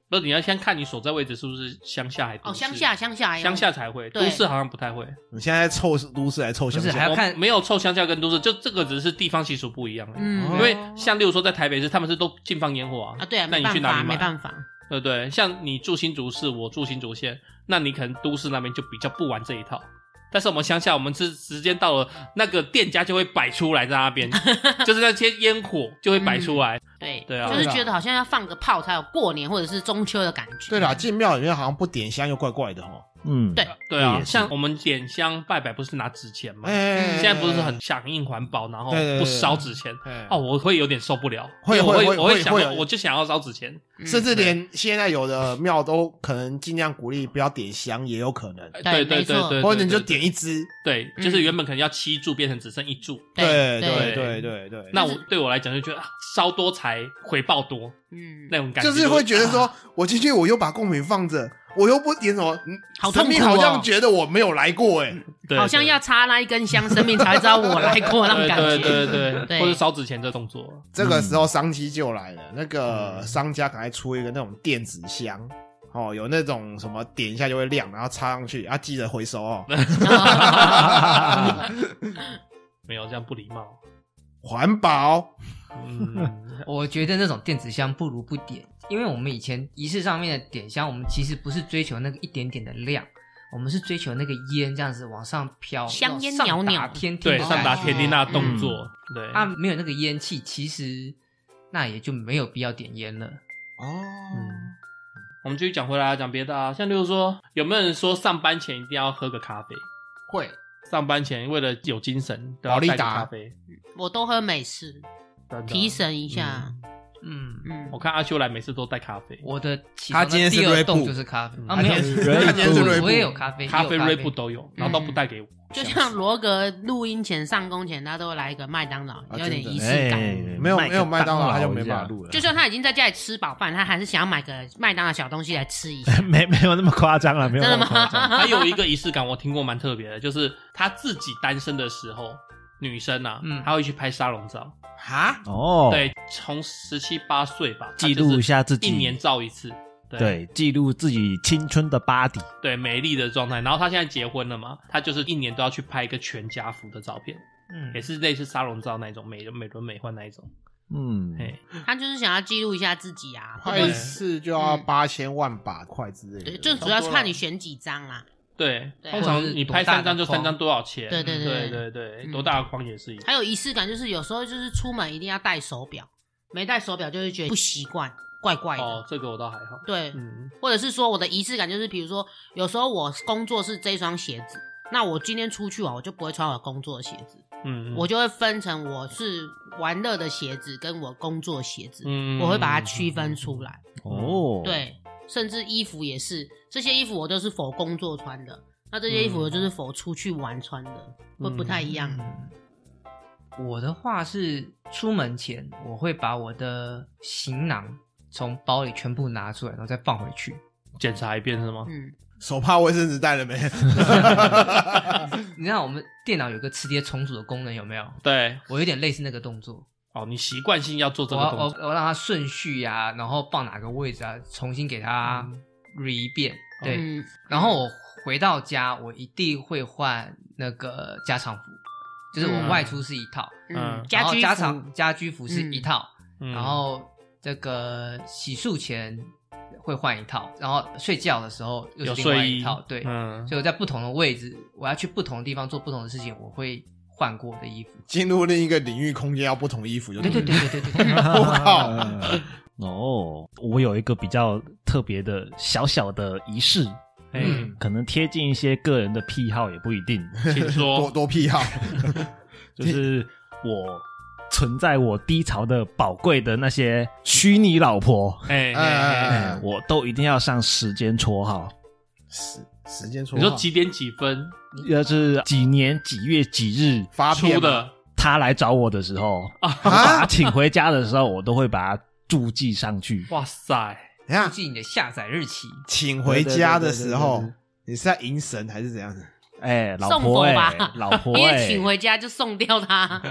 Speaker 2: 不，你要先看你所在位置是不是乡下还是都
Speaker 3: 哦，
Speaker 2: 市
Speaker 3: 乡下，乡下，
Speaker 2: 乡下才会，
Speaker 3: 对
Speaker 2: 都市好像不太会。
Speaker 5: 你现在凑都市来凑
Speaker 4: 不
Speaker 5: 乡
Speaker 4: 是还
Speaker 5: 下，
Speaker 4: 要看
Speaker 2: 我没有臭乡下跟都市，就这个只是地方习俗不一样而已。
Speaker 3: 嗯
Speaker 2: 因为像例如说在台北市，他们是都禁放烟火啊。
Speaker 3: 啊，对啊，
Speaker 2: 那
Speaker 3: 没
Speaker 2: 你去
Speaker 3: 办
Speaker 2: 哪
Speaker 3: 法，
Speaker 2: 里
Speaker 3: 没
Speaker 2: 买？
Speaker 3: 办法。
Speaker 2: 对不对？像你住新竹市，我住新竹县，那你可能都市那边就比较不玩这一套。但是我们乡下，我们是时间到了，那个店家就会摆出来在那
Speaker 3: <laughs>
Speaker 2: 边，就是那些烟火就会摆出来。
Speaker 3: 对，
Speaker 2: 对啊
Speaker 3: 就是觉得好像要放个炮才有过年或者是中秋的感觉。
Speaker 5: 对啦，进庙里面好像不点香又怪怪的哦。
Speaker 1: 嗯，
Speaker 3: 对
Speaker 2: 对啊
Speaker 1: 也，是
Speaker 2: 像我们点香拜拜不是拿纸钱吗？
Speaker 5: 哎，
Speaker 2: 嗯现在不是很响应环保，然后
Speaker 5: 对对对
Speaker 2: 不烧纸钱
Speaker 5: 哎
Speaker 2: 哦，我会有点受不了，
Speaker 5: 会
Speaker 2: 因为我
Speaker 5: 会会
Speaker 2: 我会
Speaker 5: 会
Speaker 2: 想
Speaker 5: 会
Speaker 2: 说
Speaker 5: 有
Speaker 2: 我就想要烧纸钱，
Speaker 3: 嗯
Speaker 5: 甚至连现在有的庙都可能尽量鼓励不要点香，也有可能，
Speaker 2: 哎
Speaker 3: 对
Speaker 2: 对对
Speaker 3: 没错
Speaker 2: 对对，
Speaker 5: 或者你就
Speaker 2: 对
Speaker 5: 点一支。
Speaker 2: 对，
Speaker 3: 嗯
Speaker 2: 就是原本可能要七柱变成只剩一柱，
Speaker 3: 对
Speaker 5: 对
Speaker 2: 对
Speaker 5: 对对对，
Speaker 2: 那我对我来讲就觉得啊烧多才回报多
Speaker 3: 嗯，
Speaker 2: 那种感觉，
Speaker 5: 就是会觉得说，我进去我又把贡品放着，我又不点什么，嗯
Speaker 3: 好
Speaker 5: 神
Speaker 3: 痛
Speaker 5: 明
Speaker 3: 苦
Speaker 5: 好像
Speaker 3: 哦
Speaker 5: 觉得我没有来过哎、
Speaker 2: 对
Speaker 3: 好像要插那一根香，生命才会知道我来过那种
Speaker 2: 对
Speaker 3: 感觉。
Speaker 2: 对对对
Speaker 3: 对
Speaker 2: 或者烧纸钱这动作，
Speaker 5: 这个时候商机就来了，那个商家赶快出一个那种电子香。哦，有那种什么点一下就会亮，然后插上去，啊，记得回收哦。
Speaker 2: 没有这样不礼
Speaker 5: <laughs>
Speaker 2: 貌，
Speaker 5: 环保，
Speaker 2: 嗯，
Speaker 4: <laughs> 我觉得那种电子香不如不点，因为我们以前仪式上面的点香，我们其实不是追求那个一点点的量，我们是追求那个烟这样子往上飘，
Speaker 3: 香烟
Speaker 4: 上达
Speaker 3: 袅袅
Speaker 4: 天
Speaker 3: <laughs>
Speaker 4: 地
Speaker 2: 对，
Speaker 4: 的
Speaker 2: 上达
Speaker 4: 感觉
Speaker 2: 天地那动作，
Speaker 5: 嗯
Speaker 2: 对
Speaker 4: 啊，没有那个烟气，其实那也就没有必要点烟了。
Speaker 2: 嗯，我们继续讲回来啊讲别的啊，像例如说，有没有人说上班前一定要喝个咖啡？
Speaker 4: 会，
Speaker 2: 上班前为了有精神，都
Speaker 5: 宝
Speaker 2: 要
Speaker 5: 利
Speaker 2: 带个
Speaker 5: 达
Speaker 2: 咖啡，
Speaker 3: 我都喝美式，
Speaker 2: 真的
Speaker 3: 提神一下。
Speaker 4: 嗯，
Speaker 3: 嗯
Speaker 2: 我，看阿修来每次都带咖啡，
Speaker 4: 我的起
Speaker 5: 他
Speaker 4: 床
Speaker 5: 今天
Speaker 4: 的
Speaker 5: 是
Speaker 4: 第二
Speaker 5: Red
Speaker 4: 动
Speaker 5: Bull
Speaker 4: 就是咖啡啊，
Speaker 5: 他
Speaker 4: 没有，
Speaker 5: 今天是他今天是 Red
Speaker 4: 我也
Speaker 5: Bull
Speaker 4: 有咖啡，
Speaker 2: 咖
Speaker 4: 也
Speaker 2: 啡、
Speaker 4: 有
Speaker 2: 瑞布都有，然后都不带给我。
Speaker 3: 嗯就像罗格录音前、上工前，他都会来一个麦当劳，有点仪式感。
Speaker 1: 哎
Speaker 5: 没有
Speaker 1: 麦
Speaker 5: 没有麦当劳
Speaker 1: 劳
Speaker 5: 他就
Speaker 1: 一
Speaker 5: 没
Speaker 1: 下
Speaker 5: 办法录了
Speaker 3: 就算他已经在家里吃饱饭，他还是想要买个麦当劳小东西来吃一
Speaker 1: <laughs>
Speaker 3: 下。
Speaker 1: 没没有那么夸张了，没有那么
Speaker 3: 真的
Speaker 1: 夸
Speaker 3: 吗
Speaker 1: 张。
Speaker 2: 还有一个仪式感，我听过蛮特别的，就是她自己单身的时候，女生啊，
Speaker 4: 嗯
Speaker 2: 她会去拍沙龙照，
Speaker 5: 哈，
Speaker 1: 哦，
Speaker 2: 对，从十七八岁吧，
Speaker 1: 记录一下自
Speaker 2: 一
Speaker 1: 己
Speaker 2: 年照一次，对
Speaker 1: 对，记录自己青春的 body。
Speaker 2: 对美丽的状态。然后她现在结婚了嘛，她就是一年都要去拍一个全家福的照片，也
Speaker 4: 嗯，
Speaker 2: 是类似沙龙照那一种，美美轮美奂那一种。
Speaker 1: 嗯，
Speaker 2: 嘿，
Speaker 3: <laughs> 他就是想要记录一下自己啊，
Speaker 5: 他一次就要八千万把块之类的。
Speaker 3: 对，就主要是看你选几张啦。
Speaker 2: 对，
Speaker 3: 对
Speaker 2: 通常你拍三张就三张多少钱？
Speaker 3: 对对
Speaker 2: 对
Speaker 3: 对
Speaker 2: 对对
Speaker 3: 嗯
Speaker 2: 多大的框也是一样。
Speaker 3: 还有仪式感，就是有时候就是出门一定要戴手表，没戴手表就会觉得不习惯，怪怪的。
Speaker 2: 哦，这个我倒还好。
Speaker 3: 对，
Speaker 2: 嗯，
Speaker 3: 或者是说我的仪式感就是，比如说有时候我工作是这双鞋子，那我今天出去玩我就不会穿我工作的鞋子，
Speaker 2: 嗯，
Speaker 3: 我就会分成我是玩乐的鞋子跟我工作鞋子，
Speaker 2: 嗯
Speaker 3: 我会把它区分出来。
Speaker 1: 哦，，<laughs>
Speaker 3: 嗯
Speaker 5: <laughs>
Speaker 3: 对，甚至衣服也是，这些衣服我都是否工作穿的，那这些衣服
Speaker 2: 嗯
Speaker 3: 我就是否出去玩穿的，会不太一样。
Speaker 4: 我的话是出门前我会把我的行囊从包里全部拿出来，然后再放回去。
Speaker 2: 检查一遍是吗？
Speaker 3: 嗯，
Speaker 5: 手帕卫生纸带了没？
Speaker 4: 你知道我们电脑有个磁碟重组的功能有没有？
Speaker 2: 对，
Speaker 4: 我有点类似那个动作，
Speaker 2: 哦，你习惯性要做这
Speaker 4: 我
Speaker 2: 个
Speaker 4: 要
Speaker 2: 动
Speaker 4: 我
Speaker 2: 作，
Speaker 4: 我让它顺序呀、然后放哪个位置啊，重新给它 re 一遍。对，
Speaker 3: 嗯
Speaker 4: 然后我回到家，我一定会换那个家常服，就是我外出是一套，
Speaker 3: 嗯
Speaker 2: 嗯，
Speaker 3: 家
Speaker 4: 然后
Speaker 3: 居
Speaker 4: 家
Speaker 3: 服
Speaker 4: 常家居服是一套，
Speaker 2: 嗯
Speaker 4: 然后这个洗漱前会换一套，然后睡觉的时候又
Speaker 2: 有
Speaker 4: 是另外
Speaker 2: 睡
Speaker 4: 一
Speaker 2: 衣
Speaker 4: 套，对，
Speaker 2: 嗯，
Speaker 4: 所以我在不同的位置，我要去不同的地方做不同的事情，我会换过我的衣服。
Speaker 5: 进入另一个领域空间要不同衣服就
Speaker 4: 对对
Speaker 5: 了
Speaker 4: 对对对对对，
Speaker 1: 我
Speaker 5: 靠！
Speaker 1: 哦，我有一个比较特别的小小的仪式，
Speaker 2: 哎，
Speaker 4: 嗯
Speaker 1: 可能贴近一些个人的癖好也不一定，
Speaker 2: 请
Speaker 5: 多 <laughs>
Speaker 2: 说，
Speaker 5: 多癖好。
Speaker 1: 就是我存在我低潮的宝贵的那些虚拟老婆，
Speaker 2: 哎哎
Speaker 5: 哎
Speaker 2: 哎，
Speaker 5: 哎
Speaker 2: 哎
Speaker 1: 哎，我都一定要上时间戳号，
Speaker 5: 时时间说
Speaker 2: 你
Speaker 5: 话，
Speaker 2: 说几点几分
Speaker 1: 就是几年几月几日
Speaker 5: 发
Speaker 2: 出
Speaker 5: 片吗
Speaker 2: 的？
Speaker 1: 他来找我的时候，把他
Speaker 5: 啊？
Speaker 1: 请回家的时候，我都会把他注记上去。
Speaker 2: 哇塞，
Speaker 5: 等一
Speaker 4: <laughs> 注
Speaker 5: 下，
Speaker 4: 记你的下载日期。
Speaker 5: 请回家的时候
Speaker 1: 对对对对对对，
Speaker 5: 你是在迎神还是怎样？
Speaker 1: 哎、老
Speaker 3: 送
Speaker 1: 婆
Speaker 3: 佛
Speaker 1: 哎、
Speaker 3: 吧
Speaker 1: 老婆
Speaker 3: 因
Speaker 1: 哎、
Speaker 3: 为请回家就送掉它。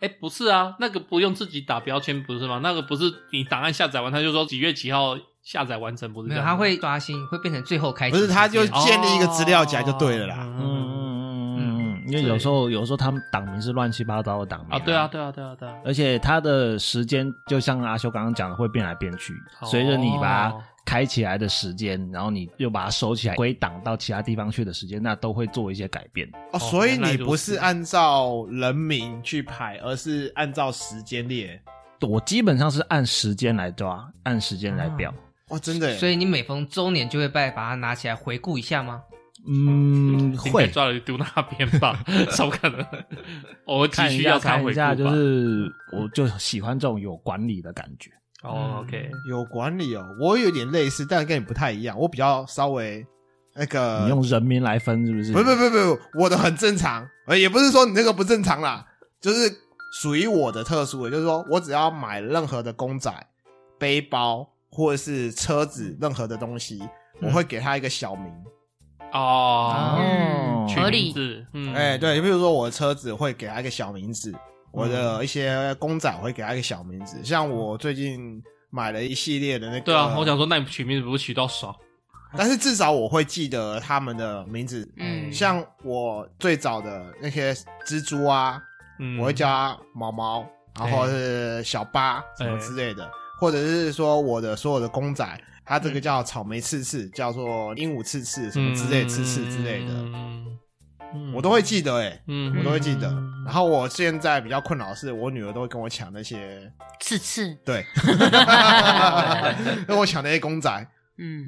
Speaker 2: 哎，不是啊，那个不用自己打标签不是吗？那个不是你档案下载完，他就说几月几号下载完成，不是这
Speaker 4: 没有，
Speaker 2: 样
Speaker 4: 它
Speaker 2: 吗？
Speaker 4: 会刷新，会变成最后开
Speaker 5: 不
Speaker 4: 启
Speaker 5: 是，
Speaker 4: 时间。
Speaker 5: 他就
Speaker 2: 哦
Speaker 5: 建立一个资料夹就对了啦。
Speaker 1: 嗯嗯嗯嗯嗯，因为
Speaker 2: 对
Speaker 1: 有时候有时候他们党名是乱七八糟的党名
Speaker 2: 啊，对啊，，对啊，对啊，对啊，
Speaker 1: 而且他的时间就像阿修刚刚讲的，会变来变去，
Speaker 2: 哦
Speaker 1: 随着你把它开起来的时间，然后你又把它收起来归档到其他地方去的时间，那都会做一些改变。
Speaker 5: 哦，
Speaker 2: 哦
Speaker 5: 所以
Speaker 2: 原来
Speaker 5: 你
Speaker 2: 如此
Speaker 5: 不是按照人名去排，而是按照时间列。
Speaker 1: 我基本上是按时间来抓，按时间来表。
Speaker 5: 哦，真的耶，
Speaker 4: 所以你每逢周年就会拜，把它拿起来回顾一下吗？
Speaker 1: 嗯，
Speaker 2: 应该
Speaker 1: 会
Speaker 2: 抓了就丢那边吧， <laughs> 怎么可能？偶尔急
Speaker 1: 看一
Speaker 2: 需
Speaker 1: 下
Speaker 2: 要他
Speaker 1: 看
Speaker 2: 回
Speaker 1: 一
Speaker 2: 顾吧。
Speaker 1: 下，就是我就喜欢这种有管理的感觉。
Speaker 2: 哦，OK，
Speaker 5: 有管理哦，我有点类似，但跟你不太一样，我比较稍微那个，
Speaker 1: 你用人名来分是不是？
Speaker 5: 不不不不，我的很正常，呃，也不是说你那个不正常啦，就是属于我的特殊的，就是说我只要买任何的公仔、背包或者是车
Speaker 1: 嗯
Speaker 5: 子任何的东西，我会给他一个小名，
Speaker 2: 哦，
Speaker 1: 哦，
Speaker 2: 取
Speaker 3: 合理
Speaker 2: 名字，嗯，
Speaker 5: 哎、对，比如说我的车子会给他一个小名字，我
Speaker 2: 嗯
Speaker 5: 的一些公仔我会给他一个小名字，像我最近买了一系列的那个，
Speaker 2: 对啊，我想说，那你取名字不是取到爽？
Speaker 5: 但是至少我会记得他们的名字，
Speaker 3: 嗯
Speaker 5: 像我最早的那些蜘蛛啊，
Speaker 2: 嗯，哎
Speaker 5: 我会叫它毛毛，然后是小巴什么之类的，或者是说我的所有的公仔，它
Speaker 2: 嗯
Speaker 5: 这个叫草莓刺刺，叫做鹦鹉刺刺什么之类刺刺之类的，
Speaker 2: 嗯，嗯
Speaker 5: 我都会，记得哎，
Speaker 2: 嗯
Speaker 5: 我都会记得
Speaker 2: 嗯。
Speaker 5: 然后我现在比较困扰的是，我女儿都会跟我抢那些，
Speaker 3: 刺刺， <laughs>
Speaker 5: 对，跟我抢那些公仔。
Speaker 3: 嗯。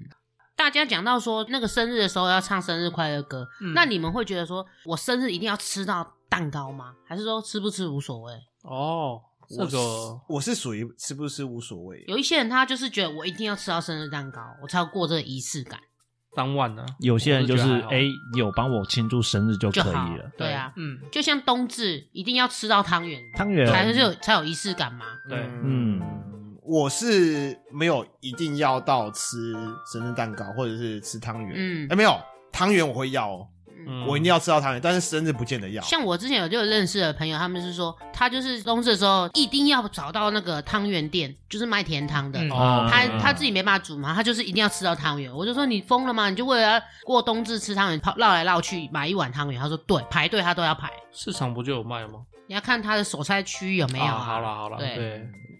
Speaker 3: 大家讲到说那个生日的时候要唱生日快乐歌，
Speaker 4: 嗯
Speaker 3: 那你们会觉得说我生日一定要吃到蛋糕吗？还是说吃不吃无所谓？
Speaker 2: 哦，这个
Speaker 5: 我是属于吃不吃无所谓，
Speaker 3: 有一些人他就是觉得我一定要吃到生日蛋糕，我才有过这个仪式感
Speaker 2: 三万呢，
Speaker 1: 有些人就是
Speaker 2: 我觉得还好
Speaker 1: 哎，有帮我庆祝生日就
Speaker 3: 就
Speaker 1: 可
Speaker 3: 好
Speaker 1: 以了。。
Speaker 3: 对啊，
Speaker 4: 嗯，
Speaker 3: 就像冬至一定要吃到汤圆，
Speaker 1: 汤圆
Speaker 3: 才是有才有仪式感嘛。
Speaker 2: 对
Speaker 1: 嗯，
Speaker 5: 我是没有一定要到吃生日蛋糕或者是吃汤圆，
Speaker 3: 嗯
Speaker 5: 哎、没有汤圆我会要哦，
Speaker 3: 嗯
Speaker 2: 嗯
Speaker 5: 我一定要吃到汤圆，但是生日不见得要。
Speaker 3: 像我之前有就有认识的朋友，他们是说，他就是冬至的时候一定要找到那个汤圆店，就是卖甜汤的。
Speaker 4: 嗯
Speaker 2: 哦
Speaker 3: 他
Speaker 1: 嗯
Speaker 3: 他自己没办法煮嘛，他就是一定要吃到汤圆。我就说你疯了吗？你就为了要过冬至吃汤圆，跑绕来绕去买一碗汤圆。他说对，排队他都要排。
Speaker 2: 市场不就有卖吗？
Speaker 3: 你要看他的手菜区有没有、
Speaker 2: 啊
Speaker 3: 啊
Speaker 2: 好了好了，
Speaker 3: 对
Speaker 2: 对，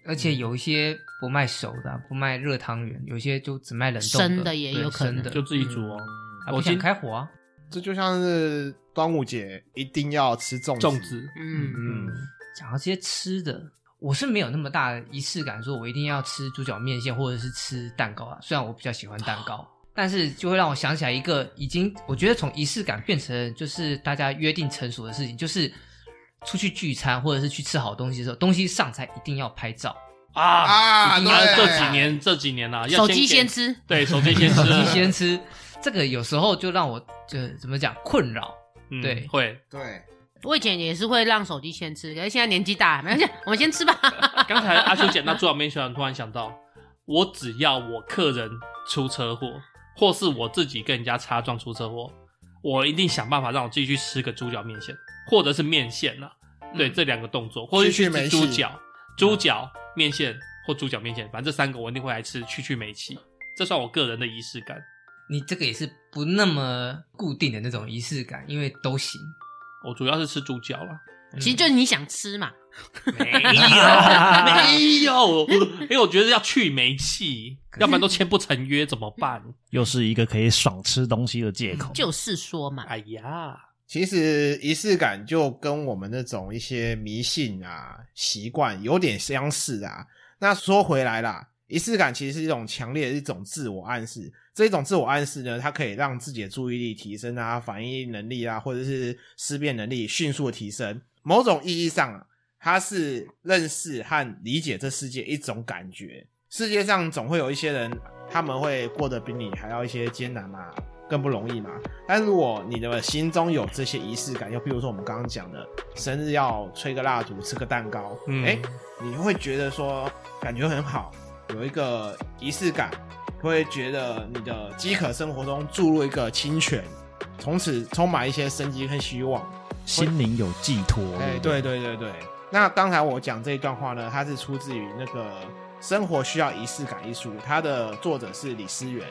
Speaker 4: 而
Speaker 2: 嗯
Speaker 4: 且有一些不卖熟的啊、不卖热汤圆，有些就只卖冷冻
Speaker 3: 生的也
Speaker 4: 对
Speaker 3: 有可能
Speaker 4: 生的
Speaker 2: 就自己煮哦。
Speaker 5: 嗯
Speaker 4: 还
Speaker 2: 我
Speaker 4: 不
Speaker 2: 今
Speaker 4: 想开火啊。
Speaker 5: 这就像是端午节一定要吃粽子，
Speaker 2: 粽子，
Speaker 3: 嗯，
Speaker 5: 嗯，
Speaker 4: 讲到这些吃的，我是没有那么大的仪式感，说我一定要吃猪脚面线或者是吃蛋糕啊。虽然我比较喜欢蛋糕，
Speaker 2: 啊
Speaker 4: 但是就会让我想起来一个已经，我觉得从仪式感变成就是大家约定成熟的事情，就是出去聚餐或者是去吃好东西的时候，东西上菜一定要拍
Speaker 2: <laughs>
Speaker 4: 照。
Speaker 2: 啊，
Speaker 5: 啊，
Speaker 2: 你
Speaker 5: 对，
Speaker 2: 看这几年这几年啊，要
Speaker 3: 手机先
Speaker 2: 给，
Speaker 3: 吃，
Speaker 2: 对，手
Speaker 3: <laughs>
Speaker 2: 机先吃，
Speaker 4: 你先吃，这个有时候就让我就怎么讲困扰。
Speaker 2: 嗯
Speaker 4: 对
Speaker 2: 会。
Speaker 5: 对，
Speaker 3: 我以前也是会让手机先吃，可是现在年纪大了，没关系，我们先吃吧。
Speaker 2: 刚才阿修讲到朱小妹学长，突然想到，我只要我客人出车祸，或是我自己跟人家擦撞出车祸，我一定想办法让我自己去吃个猪脚面线，或者是面线呐、对，
Speaker 4: 嗯
Speaker 2: 这两个动作，或者
Speaker 5: 去
Speaker 2: 去
Speaker 5: 去
Speaker 2: 吃
Speaker 5: 美系
Speaker 2: 猪脚、猪脚面线或猪脚面线，反正这三个我一定会来吃，去去美气，这算我个人的仪式感。
Speaker 4: 你这个也是不那么固定的那种仪式感，因为都 <laughs> 行。
Speaker 2: 我主要是吃猪脚啦。
Speaker 3: 其实就是你想吃嘛，
Speaker 2: 没 <laughs> 有，没有，因为我觉得要去煤气，要不然都签不成约怎么办？
Speaker 1: 又是一个可以爽吃东西的借口。
Speaker 3: 就是说嘛。
Speaker 2: 哎呀，
Speaker 5: 其实仪式感就跟我们那种一些迷信啊、习惯有点相似啊。那说回来啦，仪式感其实是一种强烈的一种自我暗示。这一种自我暗示呢，它可以让自己的注意力提升啊、反应能力啊，或者是思辨能力迅速地提升。某种意义上啊，它是认识和理解这世界一种感觉。世界上总会有一些人，他们会过得比你还要一些艰难嘛，更不容易嘛。但如果你的心中有这些仪式感，又比如说我们刚刚讲的，生日要吹个蜡烛、吃个蛋糕，哎、
Speaker 2: 嗯
Speaker 5: 你会觉得说感觉很好，有一个仪式感，会觉得你的饥渴生活中注入一个清泉，从此充满一些生机跟希望。
Speaker 1: 心灵有寄托。
Speaker 5: 哎、
Speaker 1: 不
Speaker 5: 哦对，对对对。那刚才我讲这一段话呢，它是出自于那个《生活需要仪式感》一书，它的作者是李思源。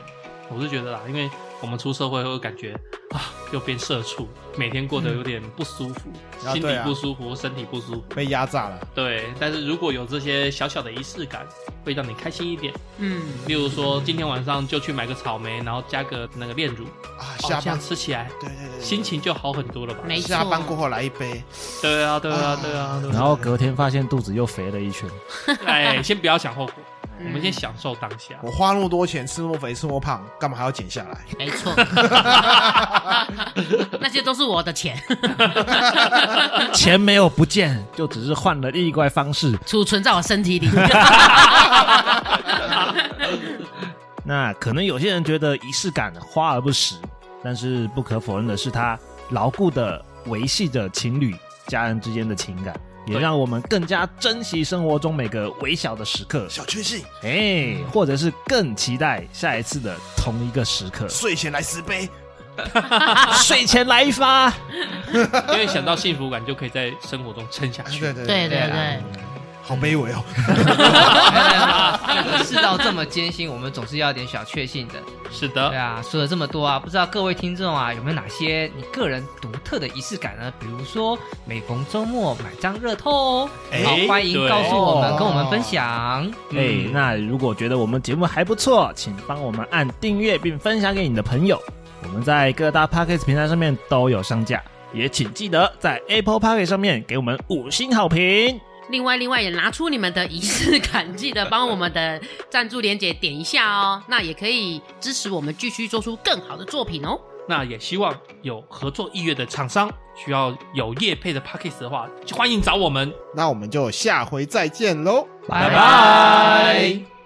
Speaker 2: 我是觉得啦，因为我们出社会会感觉啊，又变社畜，每天过得有点不舒服，
Speaker 5: 啊
Speaker 2: 心
Speaker 5: 对
Speaker 2: 里
Speaker 5: 啊
Speaker 2: 不舒服，身体不舒服。
Speaker 5: 被压榨了，
Speaker 2: 对，但是如果有这些小小的仪式感，会让你开心一点。
Speaker 3: 嗯，
Speaker 2: 例如说，今天晚上就去买个草莓，然后加个那个炼乳，
Speaker 5: 啊，
Speaker 2: 哦
Speaker 5: 下
Speaker 2: 这
Speaker 5: 班、
Speaker 2: 样吃起来，
Speaker 5: 对对对对，
Speaker 2: 心情就好很多了吧？
Speaker 3: 没错。
Speaker 5: 下班过后来一杯，
Speaker 2: 对啊，对啊，对啊。对啊啊
Speaker 5: <laughs>
Speaker 1: 然后隔天发现肚子又肥了一圈。
Speaker 2: 哎，先不要想后果，
Speaker 3: 嗯
Speaker 2: 我们先享受当下。
Speaker 5: 我花那么多钱吃那么肥吃那么胖，干嘛还要减下来？
Speaker 3: 没错， <laughs> 那些都是我的钱， <laughs>
Speaker 1: 钱没有不见， <laughs> 就只是换了另一外方式。
Speaker 3: 储存在我身体里。 <laughs>
Speaker 1: 那可能有些人觉得仪式感花而不实，但是不可否认的是，它牢固的维系着情侣、家人之间的情感，也
Speaker 2: 对
Speaker 1: 让我们更加珍惜生活中每个微小的时刻。
Speaker 5: 小确幸，，
Speaker 1: 哎、或者是更期待下一次的同一个时刻
Speaker 5: 睡前来十杯，
Speaker 1: 睡前来一发。
Speaker 2: 因为想到幸福感，就可以在生活中撑下去。
Speaker 5: 嗯对对
Speaker 3: 对对
Speaker 4: 对啊
Speaker 3: 对，
Speaker 5: 好卑微哦。
Speaker 4: 世道这么艰辛，我们总是要点小确幸的。
Speaker 2: 是
Speaker 4: 对
Speaker 2: 的，
Speaker 4: 啊，说了这么多啊，不知道各位听众啊，有没有哪些你个人独特的仪式感呢？比如说每逢周末买张热透哦，
Speaker 5: 哎
Speaker 4: 好欢迎
Speaker 2: 对
Speaker 4: 告诉我们，
Speaker 5: 哦
Speaker 4: 跟我们分享。
Speaker 1: 哎、
Speaker 2: 嗯
Speaker 1: 那如果觉得我们节目还不错，请帮我们按订阅并分享给你的朋友。我们在各大 Podcast 平台上面都有上架，也请记得在 Apple Podcast 上面给我们五星好评。
Speaker 3: 另外另外也拿出你们的仪式感，记得帮我们的赞助连结点一下哦，那也可以支持我们继续做出更好的作品哦。
Speaker 2: 那也希望有合作意愿的厂商，需要有业配的 p a c k a g e 的话，欢迎找我们。
Speaker 5: 那我们就下回再见喽。
Speaker 4: 拜
Speaker 1: 拜。